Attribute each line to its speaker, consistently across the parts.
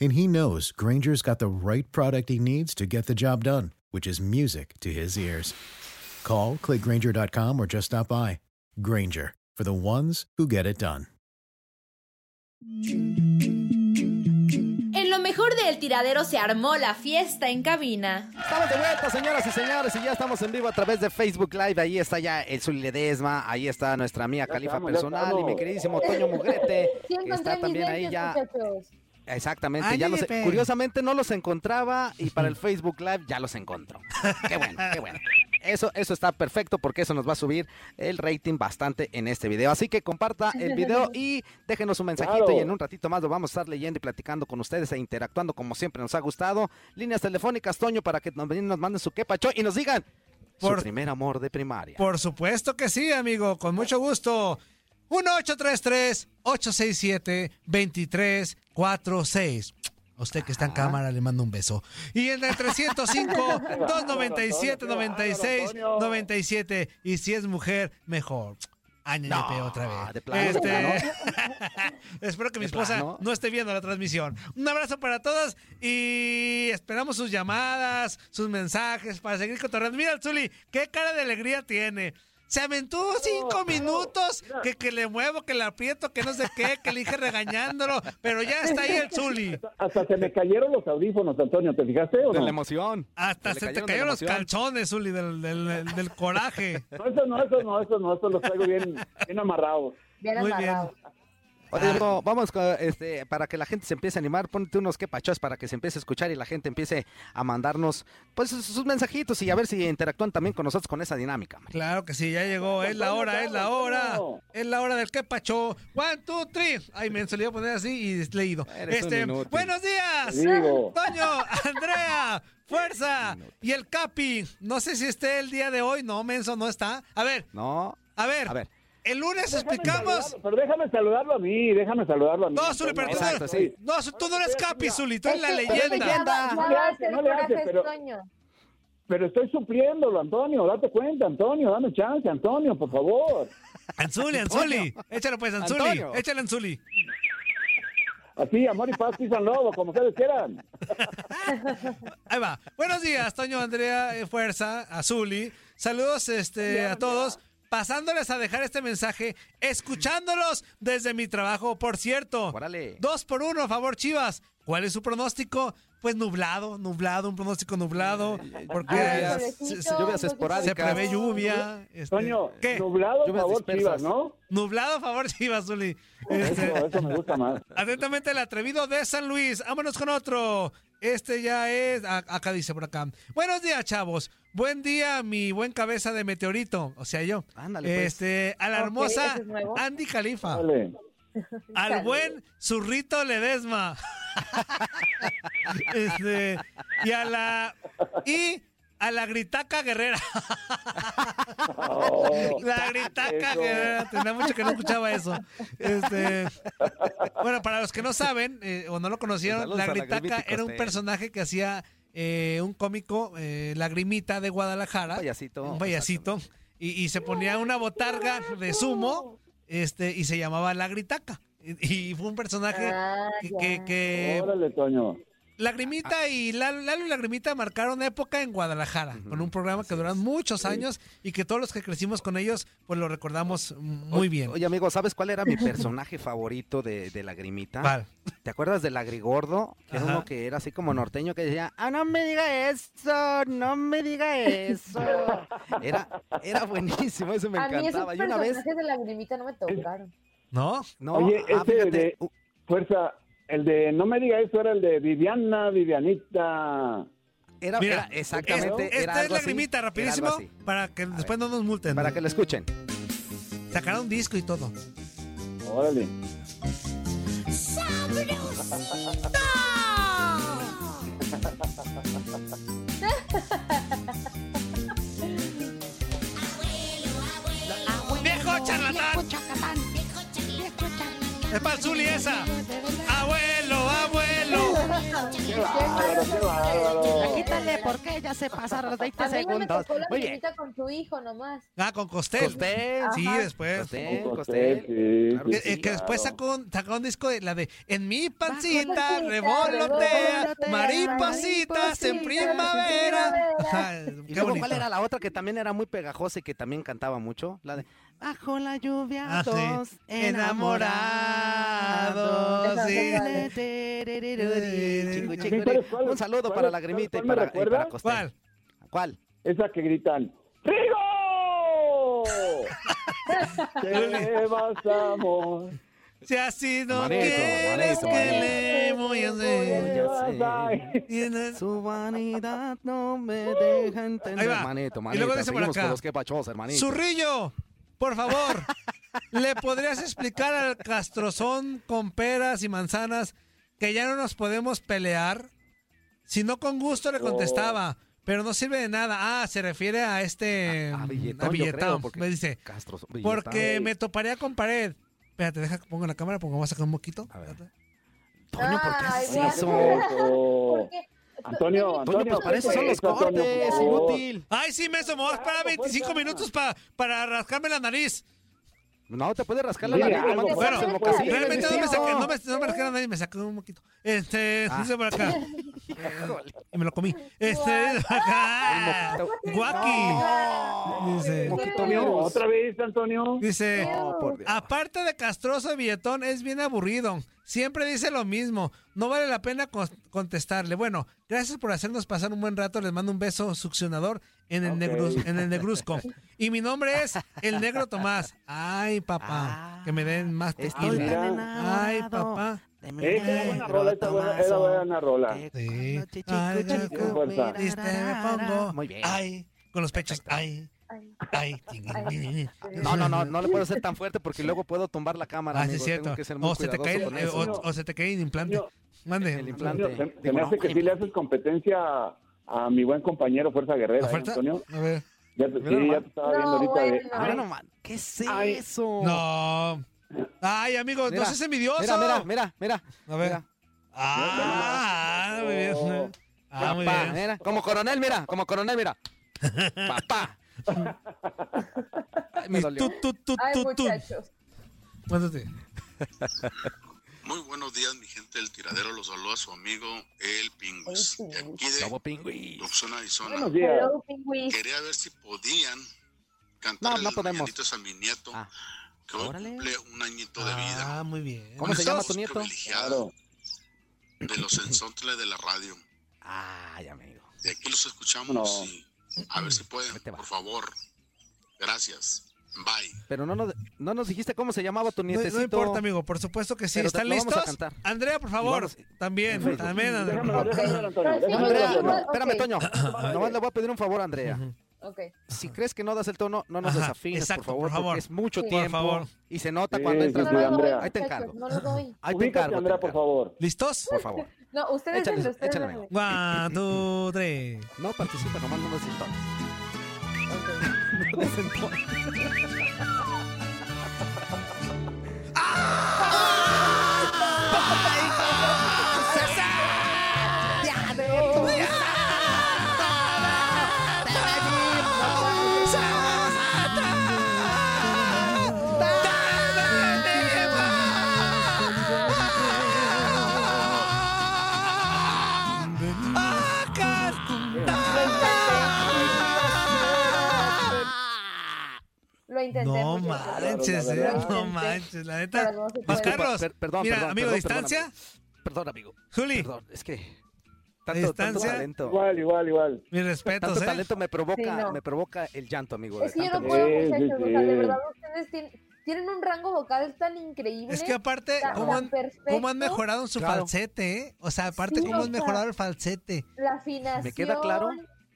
Speaker 1: And he knows Granger's got the right product he needs to get the job done, which is music to his ears. Call, click Granger.com, or just stop by. Granger, for the ones who get it done.
Speaker 2: En lo mejor del tiradero se armó la fiesta en cabina.
Speaker 3: Estamos de vuelta, señoras y señores, y ya estamos en vivo a través de Facebook Live. Ahí está ya el Zuli Ledesma, ahí está nuestra amiga Califa
Speaker 4: estamos, ya
Speaker 3: personal y mi
Speaker 4: estamos.
Speaker 3: querido Toño Mugrete,
Speaker 5: Sí
Speaker 3: que
Speaker 5: encontré
Speaker 3: está
Speaker 5: mis
Speaker 3: también ahí
Speaker 5: lentes,
Speaker 3: ya.
Speaker 5: muchachos.
Speaker 3: Exactamente,
Speaker 6: Ándale,
Speaker 3: ya los,
Speaker 6: pe.
Speaker 3: curiosamente no los encontraba y para el Facebook Live ya los encontró. Qué bueno, qué bueno. Eso, eso está perfecto porque eso nos va a subir el rating bastante en este video. Así que comparta el video y déjenos un mensajito
Speaker 4: Claro.
Speaker 3: y en un ratito más lo vamos a estar leyendo y platicando con ustedes e interactuando como siempre nos ha gustado. Líneas telefónicas, Toño, para que nos, nos manden su quepacho y nos digan
Speaker 6: Por-
Speaker 3: su primer amor de primaria.
Speaker 6: Por supuesto que sí, amigo, con mucho gusto. 1-833-867-2346. A usted que está en cámara le mando un beso. Y en el 305-297-96-97. Y si es mujer, mejor. Añepe
Speaker 3: No,
Speaker 6: otra vez.
Speaker 3: de plano,
Speaker 6: Este,
Speaker 3: ¿no?
Speaker 6: Espero que mi
Speaker 3: De
Speaker 6: esposa
Speaker 3: plano.
Speaker 6: no esté viendo la transmisión. Un abrazo para todos y esperamos sus llamadas, sus mensajes para seguir cotorreando. Mira, el Zuli, qué cara de alegría tiene. Se aventó cinco minutos que, que le muevo, que le aprieto, que no sé qué, que le dije regañándolo, pero ya está ahí el Zuli.
Speaker 4: Hasta se me cayeron los audífonos, Antonio, ¿te fijaste o
Speaker 3: De la
Speaker 4: no?
Speaker 3: emoción.
Speaker 6: Hasta
Speaker 3: le
Speaker 6: se te
Speaker 3: de la
Speaker 6: cayeron los
Speaker 3: emoción.
Speaker 6: calzones, Zuli, del, del- del coraje.
Speaker 4: No, eso no, eso no, eso no, eso los traigo bien, bien amarrados.
Speaker 5: Bien
Speaker 6: Muy
Speaker 5: amarrado.
Speaker 3: Oye, Diego, vamos con, este, para que la gente se empiece a animar, ponte unos quepachos para que se empiece a escuchar y la gente empiece a mandarnos pues sus- sus mensajitos y a ver si interactúan también con nosotros con esa dinámica. hombre.
Speaker 6: Claro que sí, ya llegó, es la hora, es la hora, es la hora del que pacho. One, two, three. Ay, me solía poner así y leído.
Speaker 3: Eres un
Speaker 6: Este,
Speaker 3: inútil.
Speaker 6: buenos días.
Speaker 4: Digo.
Speaker 6: Toño, Andrea, fuerza. Y el Capi, no sé si esté el día de hoy, no, Menso, no está. A ver,
Speaker 3: No,
Speaker 6: a ver,
Speaker 3: a ver.
Speaker 6: el lunes
Speaker 4: Déjame
Speaker 6: explicamos.
Speaker 4: saludarlo, Pero déjame saludarlo a mí, déjame saludarlo a mí.
Speaker 6: No, Zuli, pero tú,
Speaker 3: Exacto,
Speaker 6: no-
Speaker 3: sí.
Speaker 6: no, tú no eres Capi, Zuli, tú eres la
Speaker 5: Es que-
Speaker 6: leyenda.
Speaker 5: nada-
Speaker 4: No le
Speaker 5: nada
Speaker 4: hace,
Speaker 5: más el
Speaker 4: no le hace,
Speaker 5: coraje es
Speaker 4: pero-
Speaker 5: Toño.
Speaker 4: Pero estoy supliéndolo, Antonio, date cuenta, Antonio, dame chance, Antonio, por favor.
Speaker 6: Anzuli, Anzuli, échalo pues, Anzuli,
Speaker 3: Antonio.
Speaker 6: échale Anzuli.
Speaker 4: Así, amor y paz, pisan lobo, como ustedes quieran.
Speaker 6: Ahí va. Buenos días, Toño, Andrea, eh, Fuerza, Azuli. Saludos este, a todos. Pasándoles a dejar este mensaje, escuchándolos desde mi trabajo. Por cierto,
Speaker 3: Órale.
Speaker 6: dos por uno, a favor, Chivas. ¿Cuál es su pronóstico? Pues nublado, nublado, un pronóstico nublado.
Speaker 3: Eh,
Speaker 6: Porque
Speaker 5: Ay,
Speaker 6: se-
Speaker 5: pobrecito,
Speaker 6: se,
Speaker 3: lluvias
Speaker 5: pobrecito.
Speaker 3: esporádicas.
Speaker 6: se prevé lluvia. este,
Speaker 4: Toño,
Speaker 6: ¿Qué?
Speaker 4: nublado, por
Speaker 3: Lluvias
Speaker 4: favor,
Speaker 3: dispersas.
Speaker 4: Chivas, ¿no?
Speaker 6: Nublado, a favor, Chivas, Azuli. Este,
Speaker 4: Eso, eso me gusta más.
Speaker 6: Atentamente el atrevido de San Luis. Vámonos con otro. Este ya es. a- acá dice por acá. Buenos días, chavos. Buen día, mi buen cabeza de meteorito. O sea, yo.
Speaker 3: Ándale, pues.
Speaker 6: Este, a la
Speaker 5: Ok,
Speaker 6: hermosa
Speaker 5: ese es nuevo.
Speaker 6: Andy Califa.
Speaker 4: Dale.
Speaker 6: Al
Speaker 5: Dale.
Speaker 6: buen zurrito Ledesma. Este, y a la. Y A la gritaca guerrera.
Speaker 4: Oh,
Speaker 6: La gritaca
Speaker 4: eso.
Speaker 6: guerrera. Tenía mucho que no escuchaba eso. Este, bueno, para los que no saben eh, o no lo conocieron,
Speaker 3: Saludos
Speaker 6: la
Speaker 3: a la
Speaker 6: gritaca
Speaker 3: Lagrimita
Speaker 6: era un
Speaker 3: Costeña.
Speaker 6: personaje que hacía eh, un cómico, eh, Lagrimita de Guadalajara.
Speaker 3: Un payasito.
Speaker 6: Un payasito. Y, y se ponía una botarga de sumo este, y se llamaba La Gritaca. Y, y fue un personaje
Speaker 2: Ah,
Speaker 6: que-
Speaker 2: ya.
Speaker 6: que- que
Speaker 4: Órale, Toño.
Speaker 3: Ah.
Speaker 6: Lagrimita y Lalo, Lalo y Lagrimita marcaron época en Guadalajara, con un programa que duran muchos años y que todos los que crecimos con ellos, pues lo recordamos mm, muy bien.
Speaker 3: Oye, amigo, ¿sabes cuál era mi personaje favorito de, de Lagrimita?
Speaker 6: Vale.
Speaker 3: ¿Te acuerdas del agrigordo? Que era
Speaker 6: Ajá.
Speaker 3: uno que era así como norteño que decía, ah, no me diga eso, no me diga eso. Era, era buenísimo, eso me
Speaker 5: a mí esos
Speaker 3: encantaba. Y una vez,
Speaker 5: personajes de la grimita no me tocaron.
Speaker 6: ¿No?
Speaker 3: no,
Speaker 4: Oye,
Speaker 3: ah,
Speaker 4: ese
Speaker 3: fíjate,
Speaker 4: de-
Speaker 3: u-
Speaker 4: Fuerza, el de, no me diga eso, era el de Viviana, Vivianita.
Speaker 3: era, era
Speaker 6: Mira,
Speaker 3: exactamente.
Speaker 6: Es-
Speaker 3: Este, era
Speaker 6: esta es
Speaker 3: algo así,
Speaker 6: Lagrimita,
Speaker 3: era algo
Speaker 6: rapidísimo,
Speaker 3: así.
Speaker 6: para que después no nos multen.
Speaker 3: Para que lo escuchen.
Speaker 6: Sacaron un disco y todo.
Speaker 4: Órale.
Speaker 6: ¡Viejo charlatán! Es para el Zuli esa. ¡Abuelo, abuelo!
Speaker 4: ¡Qué bárbaro, qué bárbaro!
Speaker 5: Quítale,
Speaker 3: porque ya se pasaron 20
Speaker 5: A mí no me tocó la grimita con su hijo nomás.
Speaker 6: Ah, con Costel.
Speaker 3: Costel,
Speaker 6: Sí,
Speaker 5: Ajá.
Speaker 6: después.
Speaker 3: Costel,
Speaker 4: Con
Speaker 3: Costel.
Speaker 4: Costel, sí,
Speaker 3: Claro
Speaker 6: Que,
Speaker 4: sí,
Speaker 3: que
Speaker 6: eh,
Speaker 3: sí.
Speaker 6: que después
Speaker 4: claro.
Speaker 6: sacó un, sacó un disco de la de En mi pancita
Speaker 5: pancita,
Speaker 6: revolotea,
Speaker 5: revolotea,
Speaker 6: maripositas
Speaker 5: maripositas
Speaker 6: en
Speaker 5: en
Speaker 6: primavera.
Speaker 5: primavera.
Speaker 6: Ajá,
Speaker 3: ¿Y
Speaker 6: qué
Speaker 3: luego
Speaker 6: bonito.
Speaker 3: cuál era la otra que también era muy pegajosa y que también cantaba mucho? La de Bajo la lluvia,
Speaker 6: Ah, sí.
Speaker 3: dos
Speaker 6: Enamorados,
Speaker 3: enamorados.
Speaker 6: sí.
Speaker 3: Chingu, chingu,
Speaker 4: ¿Sabes cuál-
Speaker 3: Un saludo
Speaker 4: cuál-
Speaker 3: para Lagrimita y
Speaker 4: cuál me
Speaker 3: para, y
Speaker 4: recuerda?
Speaker 3: para Costel.
Speaker 6: ¿Cuál?
Speaker 3: ¿Cuál?
Speaker 4: Esa que gritan, ¡Rigo! Te vas, amor.
Speaker 6: Si así no
Speaker 3: Manito,
Speaker 6: quieres
Speaker 3: manito,
Speaker 6: que
Speaker 3: manito.
Speaker 6: le voy a hacer.
Speaker 3: Ya sé.
Speaker 4: Bye.
Speaker 6: Y-
Speaker 3: Su vanidad no me deja entender.
Speaker 6: Uh. Ahí va.
Speaker 3: Manito,
Speaker 6: Y
Speaker 3: manito.
Speaker 6: luego dice por
Speaker 3: seguimos
Speaker 6: acá.
Speaker 3: con los que pachos, hermanito.
Speaker 6: Zurrillo, por favor, ¿le podrías explicar al castrozón con peras y manzanas que ya no nos podemos pelear? Si no, con gusto
Speaker 3: Oh.
Speaker 6: le contestaba, pero no sirve de nada. Ah, se refiere a este...
Speaker 3: A- a billetón, yo creo, porque-
Speaker 6: Me dice,
Speaker 3: Castro,
Speaker 6: porque me toparía con pared. Espérate, deja que ponga la cámara porque vamos a sacar un moquito.
Speaker 3: A ver. Toño, ¿por qué
Speaker 5: Ay,
Speaker 3: haces
Speaker 5: guau.
Speaker 3: eso?
Speaker 4: Eso.
Speaker 5: Porque-
Speaker 4: Antonio,
Speaker 3: Toño,
Speaker 4: Antonio,
Speaker 3: pues para eso son los
Speaker 4: eso, Toño, por
Speaker 3: cortes,
Speaker 4: favor.
Speaker 3: inútil.
Speaker 6: ¡Ay, sí, me asomó! Espera
Speaker 3: pues
Speaker 6: 25 minutos pa- para rascarme la nariz.
Speaker 3: No, te puede rascar la
Speaker 4: Dile
Speaker 3: nariz,
Speaker 4: algo,
Speaker 3: nomás
Speaker 6: Bueno,
Speaker 5: Sí,
Speaker 3: te sacas el
Speaker 5: pues,
Speaker 3: mocasín,
Speaker 6: realmente no
Speaker 3: mi
Speaker 6: me saqué,
Speaker 3: tío.
Speaker 6: no me, no me rasqué a nadie, me saqué un poquito. Este,
Speaker 3: Ah.
Speaker 6: dice por acá. Y me lo comí. Este, dice por acá.
Speaker 3: El moquito.
Speaker 6: Guaki. Dice,
Speaker 4: Antonio, otra vez, Antonio.
Speaker 6: dice,
Speaker 3: No, por Dios.
Speaker 6: aparte de castroso y billetón, es bien aburrido. Siempre dice lo mismo. No vale la pena con- contestarle. Bueno, gracias por hacernos pasar un buen rato. Les mando un beso succionador en el,
Speaker 4: Ok.
Speaker 6: negrus- en el negruzco. Y mi nombre es el negro Tomás. Ay, papá.
Speaker 3: Ah,
Speaker 6: que me den más
Speaker 3: Estoy
Speaker 6: tequila.
Speaker 4: mira.
Speaker 3: tan
Speaker 6: Ay,
Speaker 3: enamorado
Speaker 6: papá.
Speaker 3: de mi
Speaker 4: Esta es buena
Speaker 3: negro
Speaker 4: rola, esta buena, era
Speaker 3: Tomaso,
Speaker 4: buena rola.
Speaker 3: que
Speaker 6: Sí.
Speaker 3: cuando chichicu,
Speaker 6: Ay,
Speaker 3: chicu,
Speaker 6: chico,
Speaker 4: fuerza.
Speaker 3: cuirarara.
Speaker 6: Triste este, me pongo.
Speaker 3: Muy bien.
Speaker 6: Ay, con los pechos. Ay,
Speaker 5: Ay.
Speaker 6: ay. ting, ting, ting.
Speaker 3: No, no, no, no le puedo ser tan fuerte porque luego puedo tumbar la cámara,
Speaker 6: Ah, sí,
Speaker 3: amigo.
Speaker 6: es cierto.
Speaker 3: Tengo que ser muy
Speaker 6: O se te cae el,
Speaker 3: cuidadoso con
Speaker 6: eh,
Speaker 3: eso.
Speaker 6: o, o se te cae el implante.
Speaker 4: Yo-
Speaker 6: Mande.
Speaker 3: El implante.
Speaker 4: Antonio, se, se
Speaker 3: Digo,
Speaker 4: me
Speaker 3: no,
Speaker 4: hace que sí le haces competencia a, a mi buen compañero Fuerza Guerrera,
Speaker 6: ¿La
Speaker 4: ¿eh,
Speaker 6: fuerza?
Speaker 4: Antonio.
Speaker 6: A ver.
Speaker 4: Ya te,
Speaker 3: Mira
Speaker 4: sí,
Speaker 3: nomás.
Speaker 4: ya te estaba
Speaker 5: No,
Speaker 4: viendo ahorita de...
Speaker 5: bueno.
Speaker 3: Mira nomás, ¿qué es
Speaker 4: Ay.
Speaker 3: eso?
Speaker 6: No. Ay, amigo, no
Speaker 3: Mira,
Speaker 6: seas envidioso.
Speaker 3: Mira, mira, mira, mira.
Speaker 6: A ver.
Speaker 3: Mira, Oh,
Speaker 6: Ah, muy bien. Ah, muy
Speaker 3: papá, eh,
Speaker 6: bien.
Speaker 3: mira. Como coronel, mira, como coronel, mira. papá. Ay, me
Speaker 6: Mis
Speaker 3: dolió.
Speaker 6: tu, tu, tu,
Speaker 5: Ay,
Speaker 6: tu, tu.
Speaker 5: muchachos.
Speaker 6: Mándate.
Speaker 7: Muy buenos días, mi gente del tiradero. Los saluda su amigo El Pingüis.
Speaker 5: El
Speaker 7: De
Speaker 5: Pingüis.
Speaker 7: aquí de
Speaker 3: Lobo pingüí.
Speaker 7: Tucson, Arizona.
Speaker 4: Buenos días.
Speaker 5: Hello, Pingüis.
Speaker 7: Quería ver si podían
Speaker 3: No,
Speaker 7: cantar
Speaker 3: no
Speaker 7: los
Speaker 3: podemos.
Speaker 7: mañanitos a mi nieto,
Speaker 3: Ah,
Speaker 7: que hoy
Speaker 3: órale.
Speaker 7: cumple un añito de vida.
Speaker 6: Ah, muy bien.
Speaker 3: ¿Cómo se llama
Speaker 7: Voz
Speaker 3: tu nieto?
Speaker 7: privilegiada
Speaker 4: Claro.
Speaker 7: de los ensontles de la radio.
Speaker 3: Ay, amigo.
Speaker 7: De aquí los escuchamos
Speaker 4: No.
Speaker 7: y a ver si pueden,
Speaker 3: Vete, va.
Speaker 7: por favor. Gracias. Bye.
Speaker 3: Pero no nos, no nos dijiste cómo se llamaba tu
Speaker 6: No,
Speaker 3: nietecito.
Speaker 6: no importa, amigo, por supuesto que sí.
Speaker 3: Pero
Speaker 6: ¿Están
Speaker 3: lo vamos a
Speaker 6: listos?
Speaker 3: cantar.
Speaker 6: Andrea, por favor.
Speaker 3: Vamos-
Speaker 6: También,
Speaker 3: Facebook.
Speaker 6: también, Andrea. por
Speaker 4: Déjame
Speaker 6: favor.
Speaker 4: ver, déjame ver, Antonio.
Speaker 5: Francisco,
Speaker 4: Déjame ver,
Speaker 3: Andrea,
Speaker 5: Igual,
Speaker 4: Antonio.
Speaker 5: ok.
Speaker 3: espérame, Toño. Nomás le voy a pedir un favor, Andrea.
Speaker 5: Ok.
Speaker 3: Si crees que no das el tono, no nos
Speaker 6: Ajá,
Speaker 3: desafines,
Speaker 6: exacto,
Speaker 3: por favor,
Speaker 6: por favor.
Speaker 3: porque es mucho
Speaker 5: Sí.
Speaker 6: Por
Speaker 3: tiempo.
Speaker 6: favor.
Speaker 3: Y se nota
Speaker 4: Sí,
Speaker 3: cuando
Speaker 4: sí,
Speaker 3: entras.
Speaker 4: sí,
Speaker 5: No lo doy,
Speaker 4: Andrea.
Speaker 3: Ahí te
Speaker 5: muchachos,
Speaker 3: encargo.
Speaker 5: No lo doy.
Speaker 3: Ahí te
Speaker 4: Ubícate,
Speaker 3: encargo.
Speaker 4: Andrea,
Speaker 3: te
Speaker 4: por
Speaker 3: encargo.
Speaker 4: favor.
Speaker 6: ¿Listos?
Speaker 3: Por favor.
Speaker 5: No, ustedes
Speaker 3: Échale,
Speaker 5: denle, ustedes
Speaker 3: échale,
Speaker 5: denle.
Speaker 6: One, two, three.
Speaker 3: No participa, nomás no desentones. No desentones.
Speaker 5: Lo intenté.
Speaker 6: No
Speaker 5: muchachos,
Speaker 6: manches,
Speaker 5: lo
Speaker 6: eh,
Speaker 5: intenté.
Speaker 6: no manches, la neta.
Speaker 5: Pero no se
Speaker 6: Pues
Speaker 5: puede.
Speaker 6: Carlos,
Speaker 3: Per- perdón,
Speaker 6: mira,
Speaker 3: perdón,
Speaker 6: amigo,
Speaker 3: perdón,
Speaker 6: distancia,
Speaker 3: Perdón, amigo.
Speaker 6: Juli,
Speaker 3: Perdón, es que tanto, tanto
Speaker 6: distancia,
Speaker 3: talento.
Speaker 4: Igual, igual, igual.
Speaker 6: mis respetos,
Speaker 3: Tanto
Speaker 6: ¿eh?
Speaker 3: talento me provoca,
Speaker 5: Sí, no.
Speaker 3: me provoca el llanto, amigo. de
Speaker 5: Es que yo
Speaker 3: tanto
Speaker 5: no
Speaker 3: que-
Speaker 5: puedo,
Speaker 4: Sí, sí,
Speaker 5: muchachos. O sea, de
Speaker 4: sí.
Speaker 5: verdad, ustedes tienen, tienen un rango vocal tan increíble.
Speaker 6: Es que aparte,
Speaker 5: tan-
Speaker 6: ¿cómo han,
Speaker 5: tan perfecto,
Speaker 6: cómo han mejorado en su
Speaker 3: Claro.
Speaker 6: falsete, eh? O sea, aparte,
Speaker 5: Sí,
Speaker 6: ¿cómo
Speaker 5: o
Speaker 6: han
Speaker 5: sea,
Speaker 6: mejorado el falsete?
Speaker 5: La afinación.
Speaker 3: ¿Me queda claro?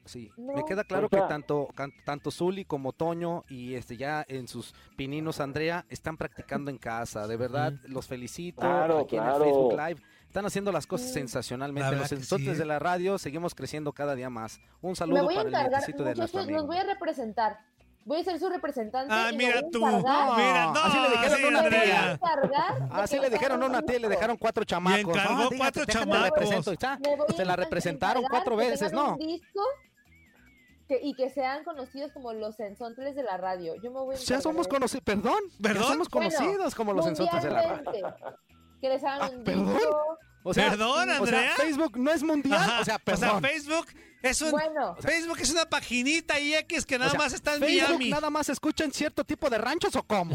Speaker 3: Sí, me
Speaker 5: No.
Speaker 3: queda claro
Speaker 4: O sea-
Speaker 3: que tanto, can- tanto Zuli como Toño y este ya en sus pininos Andrea están practicando en casa. De verdad, los felicito
Speaker 4: Claro,
Speaker 3: aquí en
Speaker 4: claro.
Speaker 3: el Facebook Live. Están haciendo las cosas
Speaker 5: Sí.
Speaker 6: La
Speaker 3: sensacionalmente.
Speaker 6: verdad
Speaker 3: Los
Speaker 6: que sí,
Speaker 3: entonces
Speaker 6: ¿eh?
Speaker 3: de la radio seguimos creciendo cada día más. Un
Speaker 5: Me
Speaker 3: saludo
Speaker 5: voy a
Speaker 3: para el
Speaker 5: encargar,
Speaker 3: nietecito de nuestro
Speaker 5: muchachos,
Speaker 3: amigo.
Speaker 5: los voy a representar. Voy a ser su representante.
Speaker 6: Ah,
Speaker 5: y me
Speaker 6: mira
Speaker 5: voy a
Speaker 6: tú,
Speaker 5: encargar-
Speaker 6: mira, no,
Speaker 3: Así le dijeron
Speaker 6: sí,
Speaker 3: a una
Speaker 5: me voy a
Speaker 6: Andrea.
Speaker 5: encargar de
Speaker 3: Así
Speaker 5: que
Speaker 3: Ah, le dijeron,
Speaker 5: hagan
Speaker 3: no, una tía, le
Speaker 5: discos.
Speaker 3: dejaron cuatro chamacos.
Speaker 6: encargó
Speaker 3: Ah, dígate,
Speaker 6: cuatro
Speaker 3: déjate,
Speaker 6: chamacos.
Speaker 3: la represento, ahí está.
Speaker 5: Me voy
Speaker 3: Se la
Speaker 5: a
Speaker 3: representaron
Speaker 5: encargar
Speaker 3: cuatro
Speaker 5: que tengan
Speaker 3: veces,
Speaker 5: un
Speaker 3: ¿no?
Speaker 5: disco que- y que sean conocidos como los ensontles de la radio. Yo me voy a
Speaker 3: Ya somos
Speaker 5: encargar
Speaker 3: conocidos, perdón, ya
Speaker 6: ¿Perdón?
Speaker 3: somos
Speaker 5: Bueno,
Speaker 3: conocidos como los ensotes de la radio.
Speaker 5: mundialmente, Que les hagan
Speaker 3: Ah,
Speaker 5: un
Speaker 3: ¿perdón?
Speaker 5: disco.
Speaker 3: O
Speaker 6: Perdón,
Speaker 3: o sea,
Speaker 6: Andrea.
Speaker 3: Facebook no es mundial,
Speaker 6: Ajá,
Speaker 3: o sea, perdón.
Speaker 6: Facebook es un...
Speaker 5: Bueno,
Speaker 6: Facebook es una paginita y X que nada
Speaker 3: O sea,
Speaker 6: más está en
Speaker 3: Facebook
Speaker 6: Miami.
Speaker 3: nada más escucha en cierto tipo de ranchos o cómo.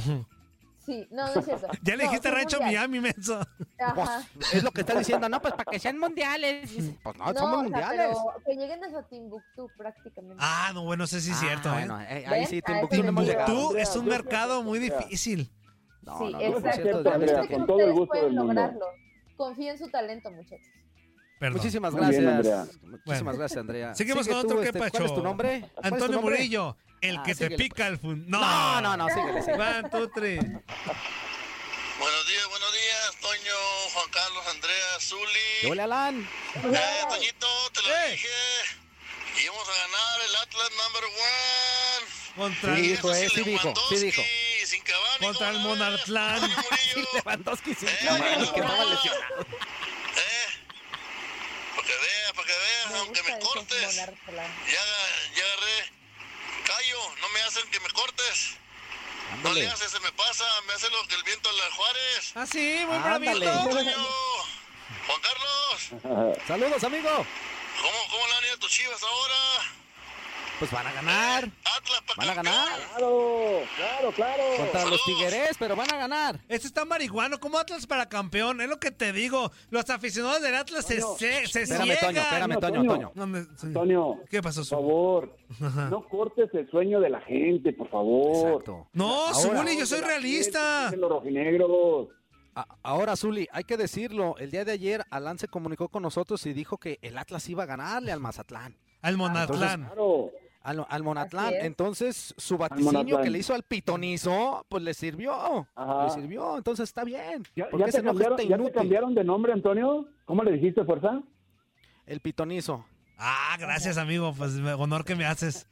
Speaker 5: sí, no, no es cierto.
Speaker 6: Ya le
Speaker 5: No,
Speaker 6: dijiste
Speaker 5: sí,
Speaker 6: rancho
Speaker 5: mundial.
Speaker 6: Miami, menso.
Speaker 5: Ajá.
Speaker 3: Pues, es lo que está diciendo, no, pues para que sean mundiales. Pues
Speaker 4: Ah,
Speaker 3: no,
Speaker 5: No,
Speaker 3: somos
Speaker 5: o sea,
Speaker 3: mundiales.
Speaker 5: pero que lleguen hasta Timbuktu prácticamente.
Speaker 6: Ah, no, bueno, sé si es
Speaker 3: Ah,
Speaker 6: cierto, ¿eh?
Speaker 3: bueno, eh, ahí
Speaker 5: ¿Ven?
Speaker 3: sí,
Speaker 5: A
Speaker 3: Timbuktu
Speaker 5: eso
Speaker 3: no hemos
Speaker 5: me refiero.
Speaker 3: llegado.
Speaker 6: Tú es
Speaker 4: Andrea,
Speaker 6: un
Speaker 4: yo
Speaker 6: mercado muy
Speaker 4: Andrea.
Speaker 6: difícil.
Speaker 3: No,
Speaker 5: Sí,
Speaker 3: no, no, por
Speaker 5: exacto.
Speaker 3: cierto,
Speaker 4: Yo
Speaker 3: ya me
Speaker 4: Andrea,
Speaker 3: estoy-
Speaker 4: con todo el gusto del mundo.
Speaker 5: Confío en su talento, muchachos.
Speaker 7: Ah,
Speaker 6: Perdón.
Speaker 3: Muchísimas
Speaker 4: Muy
Speaker 3: gracias.
Speaker 4: bien, Andrea.
Speaker 3: Muchísimas
Speaker 6: Bueno.
Speaker 3: gracias, Andrea.
Speaker 6: Seguimos
Speaker 3: Sigue
Speaker 6: con otro
Speaker 3: tú,
Speaker 6: que
Speaker 3: este,
Speaker 6: pacho.
Speaker 3: ¿Cuál es tu nombre? ¿Cuál es tu
Speaker 6: Antonio
Speaker 3: nombre?
Speaker 6: Murillo, el
Speaker 3: Ah,
Speaker 6: que te
Speaker 3: síguele,
Speaker 6: pica el fun. No,
Speaker 3: No, no, no, síguele. síguele.
Speaker 6: One, two, three.
Speaker 7: Buenos días, buenos días, Toño, Juan Carlos, Andrea,
Speaker 3: ¿Qué
Speaker 7: Zuli.
Speaker 3: huele, Alan?
Speaker 7: Eh, Toñito, te lo
Speaker 6: Eh.
Speaker 7: dije. Íbamos a ganar el Atlas number one.
Speaker 6: Contra,
Speaker 3: Sí,
Speaker 7: Y
Speaker 3: dijo,
Speaker 7: eso
Speaker 3: eh, sí
Speaker 7: sin
Speaker 3: dijo, sí dijo.
Speaker 7: Lewandowski, sin Cavani,
Speaker 6: contra el
Speaker 7: ¿cómo la ves?
Speaker 6: Monartlán.
Speaker 7: Toño Murillo.
Speaker 3: Lewandowski sí.
Speaker 7: Eh,
Speaker 3: No, man, que estaba
Speaker 7: no.
Speaker 3: lesionado.
Speaker 7: Eh, para que veas, para que veas,
Speaker 5: Me
Speaker 7: aunque
Speaker 5: gusta
Speaker 7: me
Speaker 5: eso,
Speaker 7: cortes, ya,
Speaker 5: monárquela.
Speaker 7: aga- ya agarré. Callo, no me hacen que me cortes. No le
Speaker 3: Ándale.
Speaker 7: haces, se me pasa, me hace lo que el viento a las Juárez.
Speaker 6: Ah, sí, muy
Speaker 3: Ándale.
Speaker 6: bravito.
Speaker 7: Toño, Juan Carlos,
Speaker 3: Saludos, amigo.
Speaker 7: ¿cómo, cómo le han ido a tus chivas ahora?
Speaker 3: Pues van a ganar.
Speaker 7: Atlas para
Speaker 3: Van a ganar
Speaker 4: Claro, claro, claro.
Speaker 3: contra los Tigres, pero van a ganar.
Speaker 6: Este está marihuano. ¿Cómo Atlas para campeón? Es lo que te digo. Los aficionados del Atlas se, se, se
Speaker 3: Espérame, Toño, espérame, Toño,
Speaker 6: ciegan.
Speaker 4: Toño.
Speaker 3: Toño.
Speaker 6: No, me- sí.
Speaker 4: Antonio,
Speaker 6: ¿Qué pasó?
Speaker 4: por
Speaker 6: Zuli?
Speaker 4: favor, no cortes el sueño de la gente, por favor.
Speaker 3: Exacto.
Speaker 6: No,
Speaker 3: Ahora-
Speaker 6: Zuli, yo soy realista.
Speaker 4: Los rojinegros.
Speaker 3: A- Ahora, Zuli, hay que decirlo. El día de ayer, Alan se comunicó con nosotros y dijo que el Atlas iba a ganarle al Mazatlán,
Speaker 6: Al Monatlán.
Speaker 4: Claro.
Speaker 3: al, al Monatlán.
Speaker 5: Así es.
Speaker 3: Entonces, su vaticinio
Speaker 4: Monatlán.
Speaker 3: que le hizo al pitonizo, pues le sirvió.
Speaker 4: Ajá.
Speaker 3: Le sirvió, entonces está bien.
Speaker 4: ¿Ya,
Speaker 3: ¿Por
Speaker 4: ya
Speaker 3: qué se
Speaker 4: te
Speaker 3: enoja
Speaker 4: cambiaron,
Speaker 3: este
Speaker 4: ya te
Speaker 3: inútil?
Speaker 4: cambiaron de nombre, Antonio? ¿Cómo le dijiste, fuerza?
Speaker 3: El pitonizo.
Speaker 6: Ah, gracias, amigo. Pues me- honor que me haces.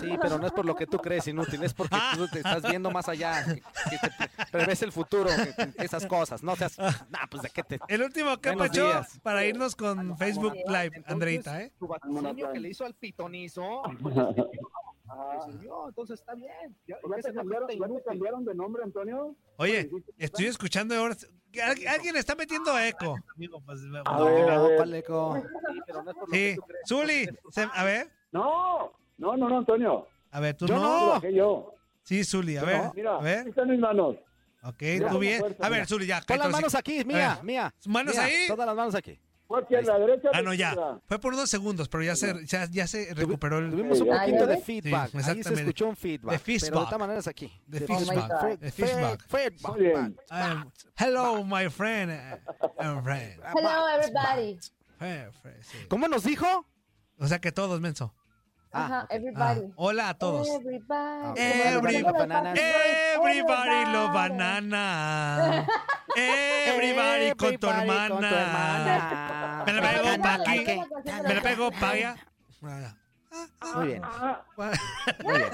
Speaker 3: Sí, pero no es por lo que tú crees inútil, es porque tú te estás viendo más allá, que, que te prevés el futuro, que- que esas cosas. No seas, nah, pues de qué te
Speaker 6: El último que
Speaker 3: Buenos
Speaker 6: pacho
Speaker 3: días.
Speaker 6: para irnos con Facebook
Speaker 3: Monatlán.
Speaker 6: Live,
Speaker 3: Ah, Entonces,
Speaker 6: Andreita, ¿eh?
Speaker 3: Su vaticinio que le hizo al pitonizo. pues, sirvió, Entonces está bien.
Speaker 4: Pues
Speaker 3: ¿Por qué se enoja este inútil?
Speaker 4: de nombre, Antonio?
Speaker 6: Oye, estoy escuchando ahora. Al- Alguien le está metiendo
Speaker 3: ah,
Speaker 6: eco. Amigo, pues, me-
Speaker 4: A
Speaker 3: No,
Speaker 4: ver, a ver.
Speaker 3: ¿cuál eco? Sí, pero no es por lo que
Speaker 6: Sí.
Speaker 3: tú crees.
Speaker 6: Zuli, se- a ver.
Speaker 4: No, no, no, no, Antonio.
Speaker 6: A ver, tú
Speaker 3: Yo
Speaker 6: Pues no.
Speaker 3: no.
Speaker 4: Que yo.
Speaker 6: Sí, Zuli, a
Speaker 3: Yo
Speaker 6: ver.
Speaker 3: no.
Speaker 4: Mira,
Speaker 6: A
Speaker 4: aquí
Speaker 6: ver.
Speaker 4: están mis manos.
Speaker 6: Ok,
Speaker 4: mira,
Speaker 6: tú bien.
Speaker 4: fuerza,
Speaker 6: A ver,
Speaker 4: mira.
Speaker 6: Zuli, ya.
Speaker 3: Pon las
Speaker 6: cállate,
Speaker 3: manos
Speaker 6: sí.
Speaker 3: aquí,
Speaker 6: A
Speaker 3: mía,
Speaker 6: ver.
Speaker 3: mía.
Speaker 6: ¿Manos
Speaker 3: mía,
Speaker 6: ahí?
Speaker 3: Todas las manos aquí.
Speaker 4: ¿Fue aquí a la derecha? o
Speaker 6: Ah,
Speaker 4: la
Speaker 6: no, ya.
Speaker 4: izquierda?
Speaker 6: Fue por unos segundos, pero ya se, ya, ya se recuperó el.
Speaker 3: Tuvimos un
Speaker 4: Ah, ¿ya
Speaker 3: poquito de
Speaker 5: ves?
Speaker 3: feedback.
Speaker 6: Sí,
Speaker 3: ahí se
Speaker 6: exactamente.
Speaker 3: escuchó un feedback.
Speaker 6: De feedback.
Speaker 3: Pero de todas maneras aquí.
Speaker 6: De
Speaker 3: De
Speaker 6: feedback,
Speaker 3: feedback.
Speaker 6: de
Speaker 3: Fe-
Speaker 6: feedback.
Speaker 3: fe-
Speaker 4: Muy bien.
Speaker 3: feedback.
Speaker 6: Ah, hello, my friend. eh, eh, friend.
Speaker 4: Ah,
Speaker 5: Hello, everybody.
Speaker 6: Eh, friend, sí.
Speaker 3: ¿Cómo nos dijo?
Speaker 6: O sea que todos, menso.
Speaker 4: Ah,
Speaker 6: Ah,
Speaker 5: Ajá, everybody.
Speaker 6: Hola a todos.
Speaker 5: Everybody.
Speaker 6: Every- everybody lo banana. Everybody con tu hermana. Me la
Speaker 4: Ah,
Speaker 6: pego pa' aquí. Me la pego pa' allá.
Speaker 3: Muy bien.
Speaker 4: Ah,
Speaker 3: Muy bien.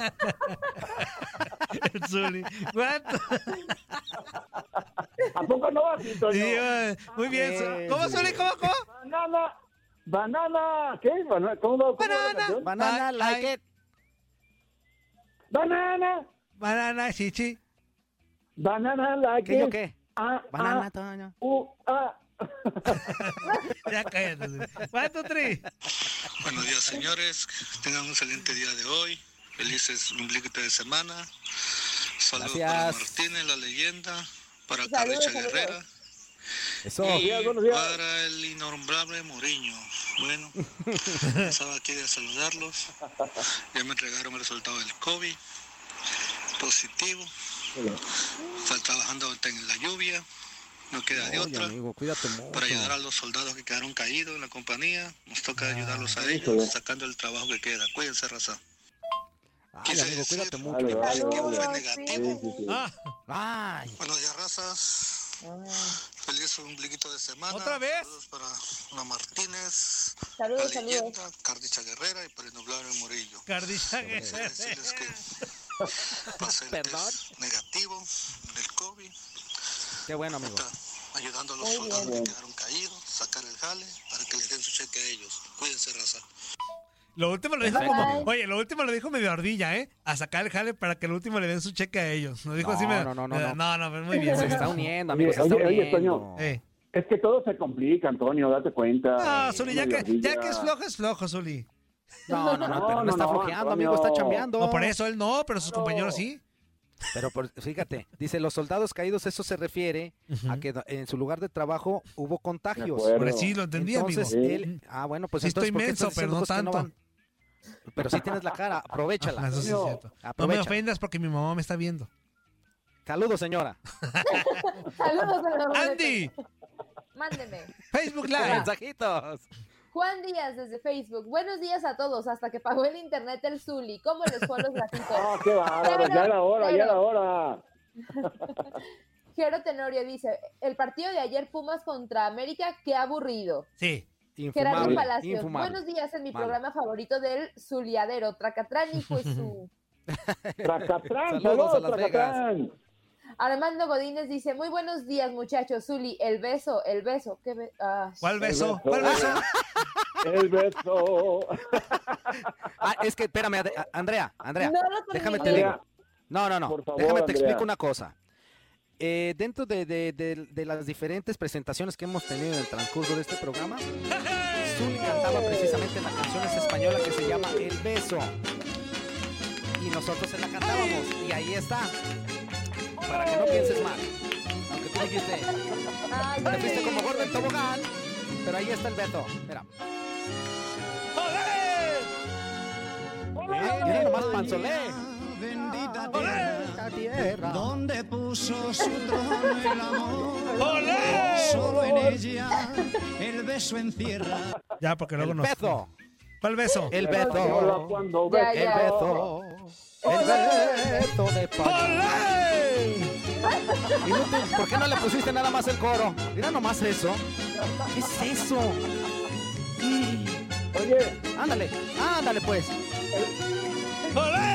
Speaker 6: Zuli. ¿Cuánto?
Speaker 4: ¿A poco no, Tito?
Speaker 6: Sí, eh, muy bien, Su- ¿cómo, Zuli? ¿Cómo, cómo?
Speaker 4: Banana. Banana. ¿Qué? Banana. ¿Cómo, cómo banana.
Speaker 3: Banana like it.
Speaker 4: Banana.
Speaker 6: Banana, chichi.
Speaker 4: Banana like
Speaker 3: ¿Qué yo
Speaker 4: it.
Speaker 3: qué?
Speaker 4: Ah,
Speaker 3: Banana,
Speaker 4: ah,
Speaker 3: Toño.
Speaker 4: uh, ah.
Speaker 6: Ya cállate. Zuli. ¿Cuánto, Tri?
Speaker 7: Buenos días, señores. Tengan un excelente día de hoy. Felices ombliguito de semana. Saludos para
Speaker 3: Gracias.
Speaker 7: Martínez, la leyenda. Para
Speaker 5: Saludos,
Speaker 7: Carrecha
Speaker 5: saludos.
Speaker 7: Guerrera.
Speaker 3: Eso.
Speaker 7: Y
Speaker 4: días, buenos días.
Speaker 7: para el innombrable Moriño. Bueno, estaba aquí de saludarlos. Ya me entregaron el resultado del COVID. Positivo. Está trabajando en la lluvia. No queda de
Speaker 3: Oye,
Speaker 7: otra.
Speaker 3: amigo, cuídate mucho.
Speaker 7: Para ayudar a los soldados que quedaron caídos en la compañía, nos
Speaker 4: Ah,
Speaker 7: toca ayudarlos a ellos, sacando el trabajo que queda. Cuídense, raza.
Speaker 3: Ay, amigo, cuídate
Speaker 4: Vale,
Speaker 3: mucho.
Speaker 4: vale,
Speaker 7: Positivo
Speaker 4: vale.
Speaker 7: fue
Speaker 4: Sí,
Speaker 7: negativo.
Speaker 4: sí, sí.
Speaker 6: Ah,
Speaker 3: Ay.
Speaker 7: Buenos días, razas. Feliz ombliguito de semana.
Speaker 6: ¿Otra vez?
Speaker 7: Saludos para Ana Martínez,
Speaker 5: Saludos,
Speaker 7: la
Speaker 5: saludos.
Speaker 7: leyenda, Cardicha Guerrera y para el noblado Murillo.
Speaker 6: Cardicha
Speaker 7: Quisiera decirles que pasé el
Speaker 3: Perdón.
Speaker 7: test negativo del COVID.
Speaker 3: Qué bueno, amigo.
Speaker 7: Está ayudando a los soldados que quedaron caídos, sacar el jale para que les den su cheque a ellos. Cuídense, raza.
Speaker 6: Lo último lo dijo
Speaker 3: Bye.
Speaker 6: como. Oye, lo último lo dijo medio ardilla, ¿eh? A sacar el jale para que el último le den su cheque a ellos. Lo dijo
Speaker 3: No,
Speaker 6: así medio.
Speaker 3: no, no, no,
Speaker 6: medio-
Speaker 3: no.
Speaker 6: no, pero muy bien.
Speaker 3: Se está uniendo,
Speaker 4: Oye,
Speaker 3: amigo. Se está
Speaker 4: oye, oye, Toño.
Speaker 3: uniendo.
Speaker 6: Eh.
Speaker 4: Es que todo se complica, Antonio, date cuenta.
Speaker 3: Ah,
Speaker 6: No, Zuli, ya
Speaker 4: Una
Speaker 6: que, ya
Speaker 4: ardilla.
Speaker 6: que es flojo, es flojo, Zuli.
Speaker 3: No, no, no,
Speaker 4: No,
Speaker 3: pero no,
Speaker 4: no,
Speaker 3: está
Speaker 4: no,
Speaker 3: flojeando,
Speaker 4: Antonio.
Speaker 3: amigo, está chambeando.
Speaker 6: No, por eso él no, pero sus compañeros sí.
Speaker 3: Pero por- fíjate, dice, los soldados caídos, eso se refiere a que do- en su lugar de trabajo hubo contagios.
Speaker 4: acuerdo.
Speaker 6: Por eso Pues sí, lo entendí,
Speaker 3: entonces,
Speaker 6: amigo.
Speaker 4: amigo.
Speaker 3: él, ah, bueno, pues
Speaker 6: Sí
Speaker 3: entonces,
Speaker 6: estoy
Speaker 3: ¿por qué
Speaker 6: menso,
Speaker 3: estás diciendo
Speaker 6: pero no
Speaker 3: cosas que
Speaker 6: tanto.
Speaker 3: van? Pero sí tienes la cara, aprovechala.
Speaker 6: Ah, eso sí es
Speaker 4: No.
Speaker 6: cierto. No me
Speaker 3: Aprovecha.
Speaker 6: ofendas porque mi mamá me está viendo.
Speaker 3: Saludos, señora.
Speaker 5: Saludos, saludos.
Speaker 6: Andy,
Speaker 5: Mándeme.
Speaker 6: Facebook Live.
Speaker 3: Mensajitos.
Speaker 5: Juan Díaz desde Facebook. Buenos días a todos. Hasta que pagó el internet el Zuli. ¿Cómo les fue a los
Speaker 4: Ah,
Speaker 5: gatitos?
Speaker 4: qué bárbaro, ya era hora, ya era hora.
Speaker 5: Jero Tenorio dice: El partido de ayer Pumas contra América, qué aburrido.
Speaker 6: Sí.
Speaker 5: Gerardo
Speaker 3: Infumable,
Speaker 5: Palacios.
Speaker 3: infumable.
Speaker 5: Buenos días en mi
Speaker 3: Malo.
Speaker 5: programa favorito del Zuliadero, Tracatránico y su.
Speaker 4: Tracatrán,
Speaker 3: Saludos a
Speaker 4: saludos,
Speaker 3: Las Vegas.
Speaker 4: Tracatrán.
Speaker 5: Armando Godínez dice, muy buenos días muchachos, Zuli, el beso, el beso, qué be- ah,
Speaker 6: ¿Cuál beso?
Speaker 4: beso.
Speaker 6: ¿Cuál beso?
Speaker 4: El beso.
Speaker 3: Ah, es que, espérame, Ade- a- Andrea, Andrea,
Speaker 5: No lo
Speaker 3: déjame te
Speaker 5: terminé.
Speaker 3: digo.
Speaker 4: Mira,
Speaker 3: No, no, no.
Speaker 4: Por favor,
Speaker 3: Déjame te
Speaker 4: Andrea.
Speaker 3: explico una cosa. Eh, dentro de, de- de- de las diferentes presentaciones que hemos tenido en el transcurso de este programa, Zuli cantaba precisamente la canción esa española que se llama El Beso. Y nosotros se la cantábamos. Y ahí está. Para que no pienses mal. Aunque tú dijiste,
Speaker 5: ay,
Speaker 3: te fuiste
Speaker 5: sí.
Speaker 3: como gordo en tobogán. Pero ahí está el Beto. Mira.
Speaker 6: ¡Olé!
Speaker 3: Eh, Mira nomás Panzolé.
Speaker 8: Bendita
Speaker 3: Esta tierra.
Speaker 8: donde puso su trono el amor.
Speaker 6: ¡Olé!
Speaker 8: Solo en ella el beso encierra.
Speaker 6: Ya, porque luego
Speaker 3: El
Speaker 6: nos.
Speaker 3: Beto.
Speaker 6: ¿Cuál beso?
Speaker 3: El
Speaker 4: Hola,
Speaker 3: Beto.
Speaker 4: cuando
Speaker 5: Ya,
Speaker 3: El
Speaker 5: ya.
Speaker 3: Beto. El Beto de España.
Speaker 6: ¡Olé!
Speaker 3: Inútil, ¿Por qué no le pusiste nada más el coro? Mira nomás eso. ¿Qué es eso? Mm,
Speaker 4: Oye,
Speaker 3: Ándale, ándale pues.
Speaker 6: ¡Olé!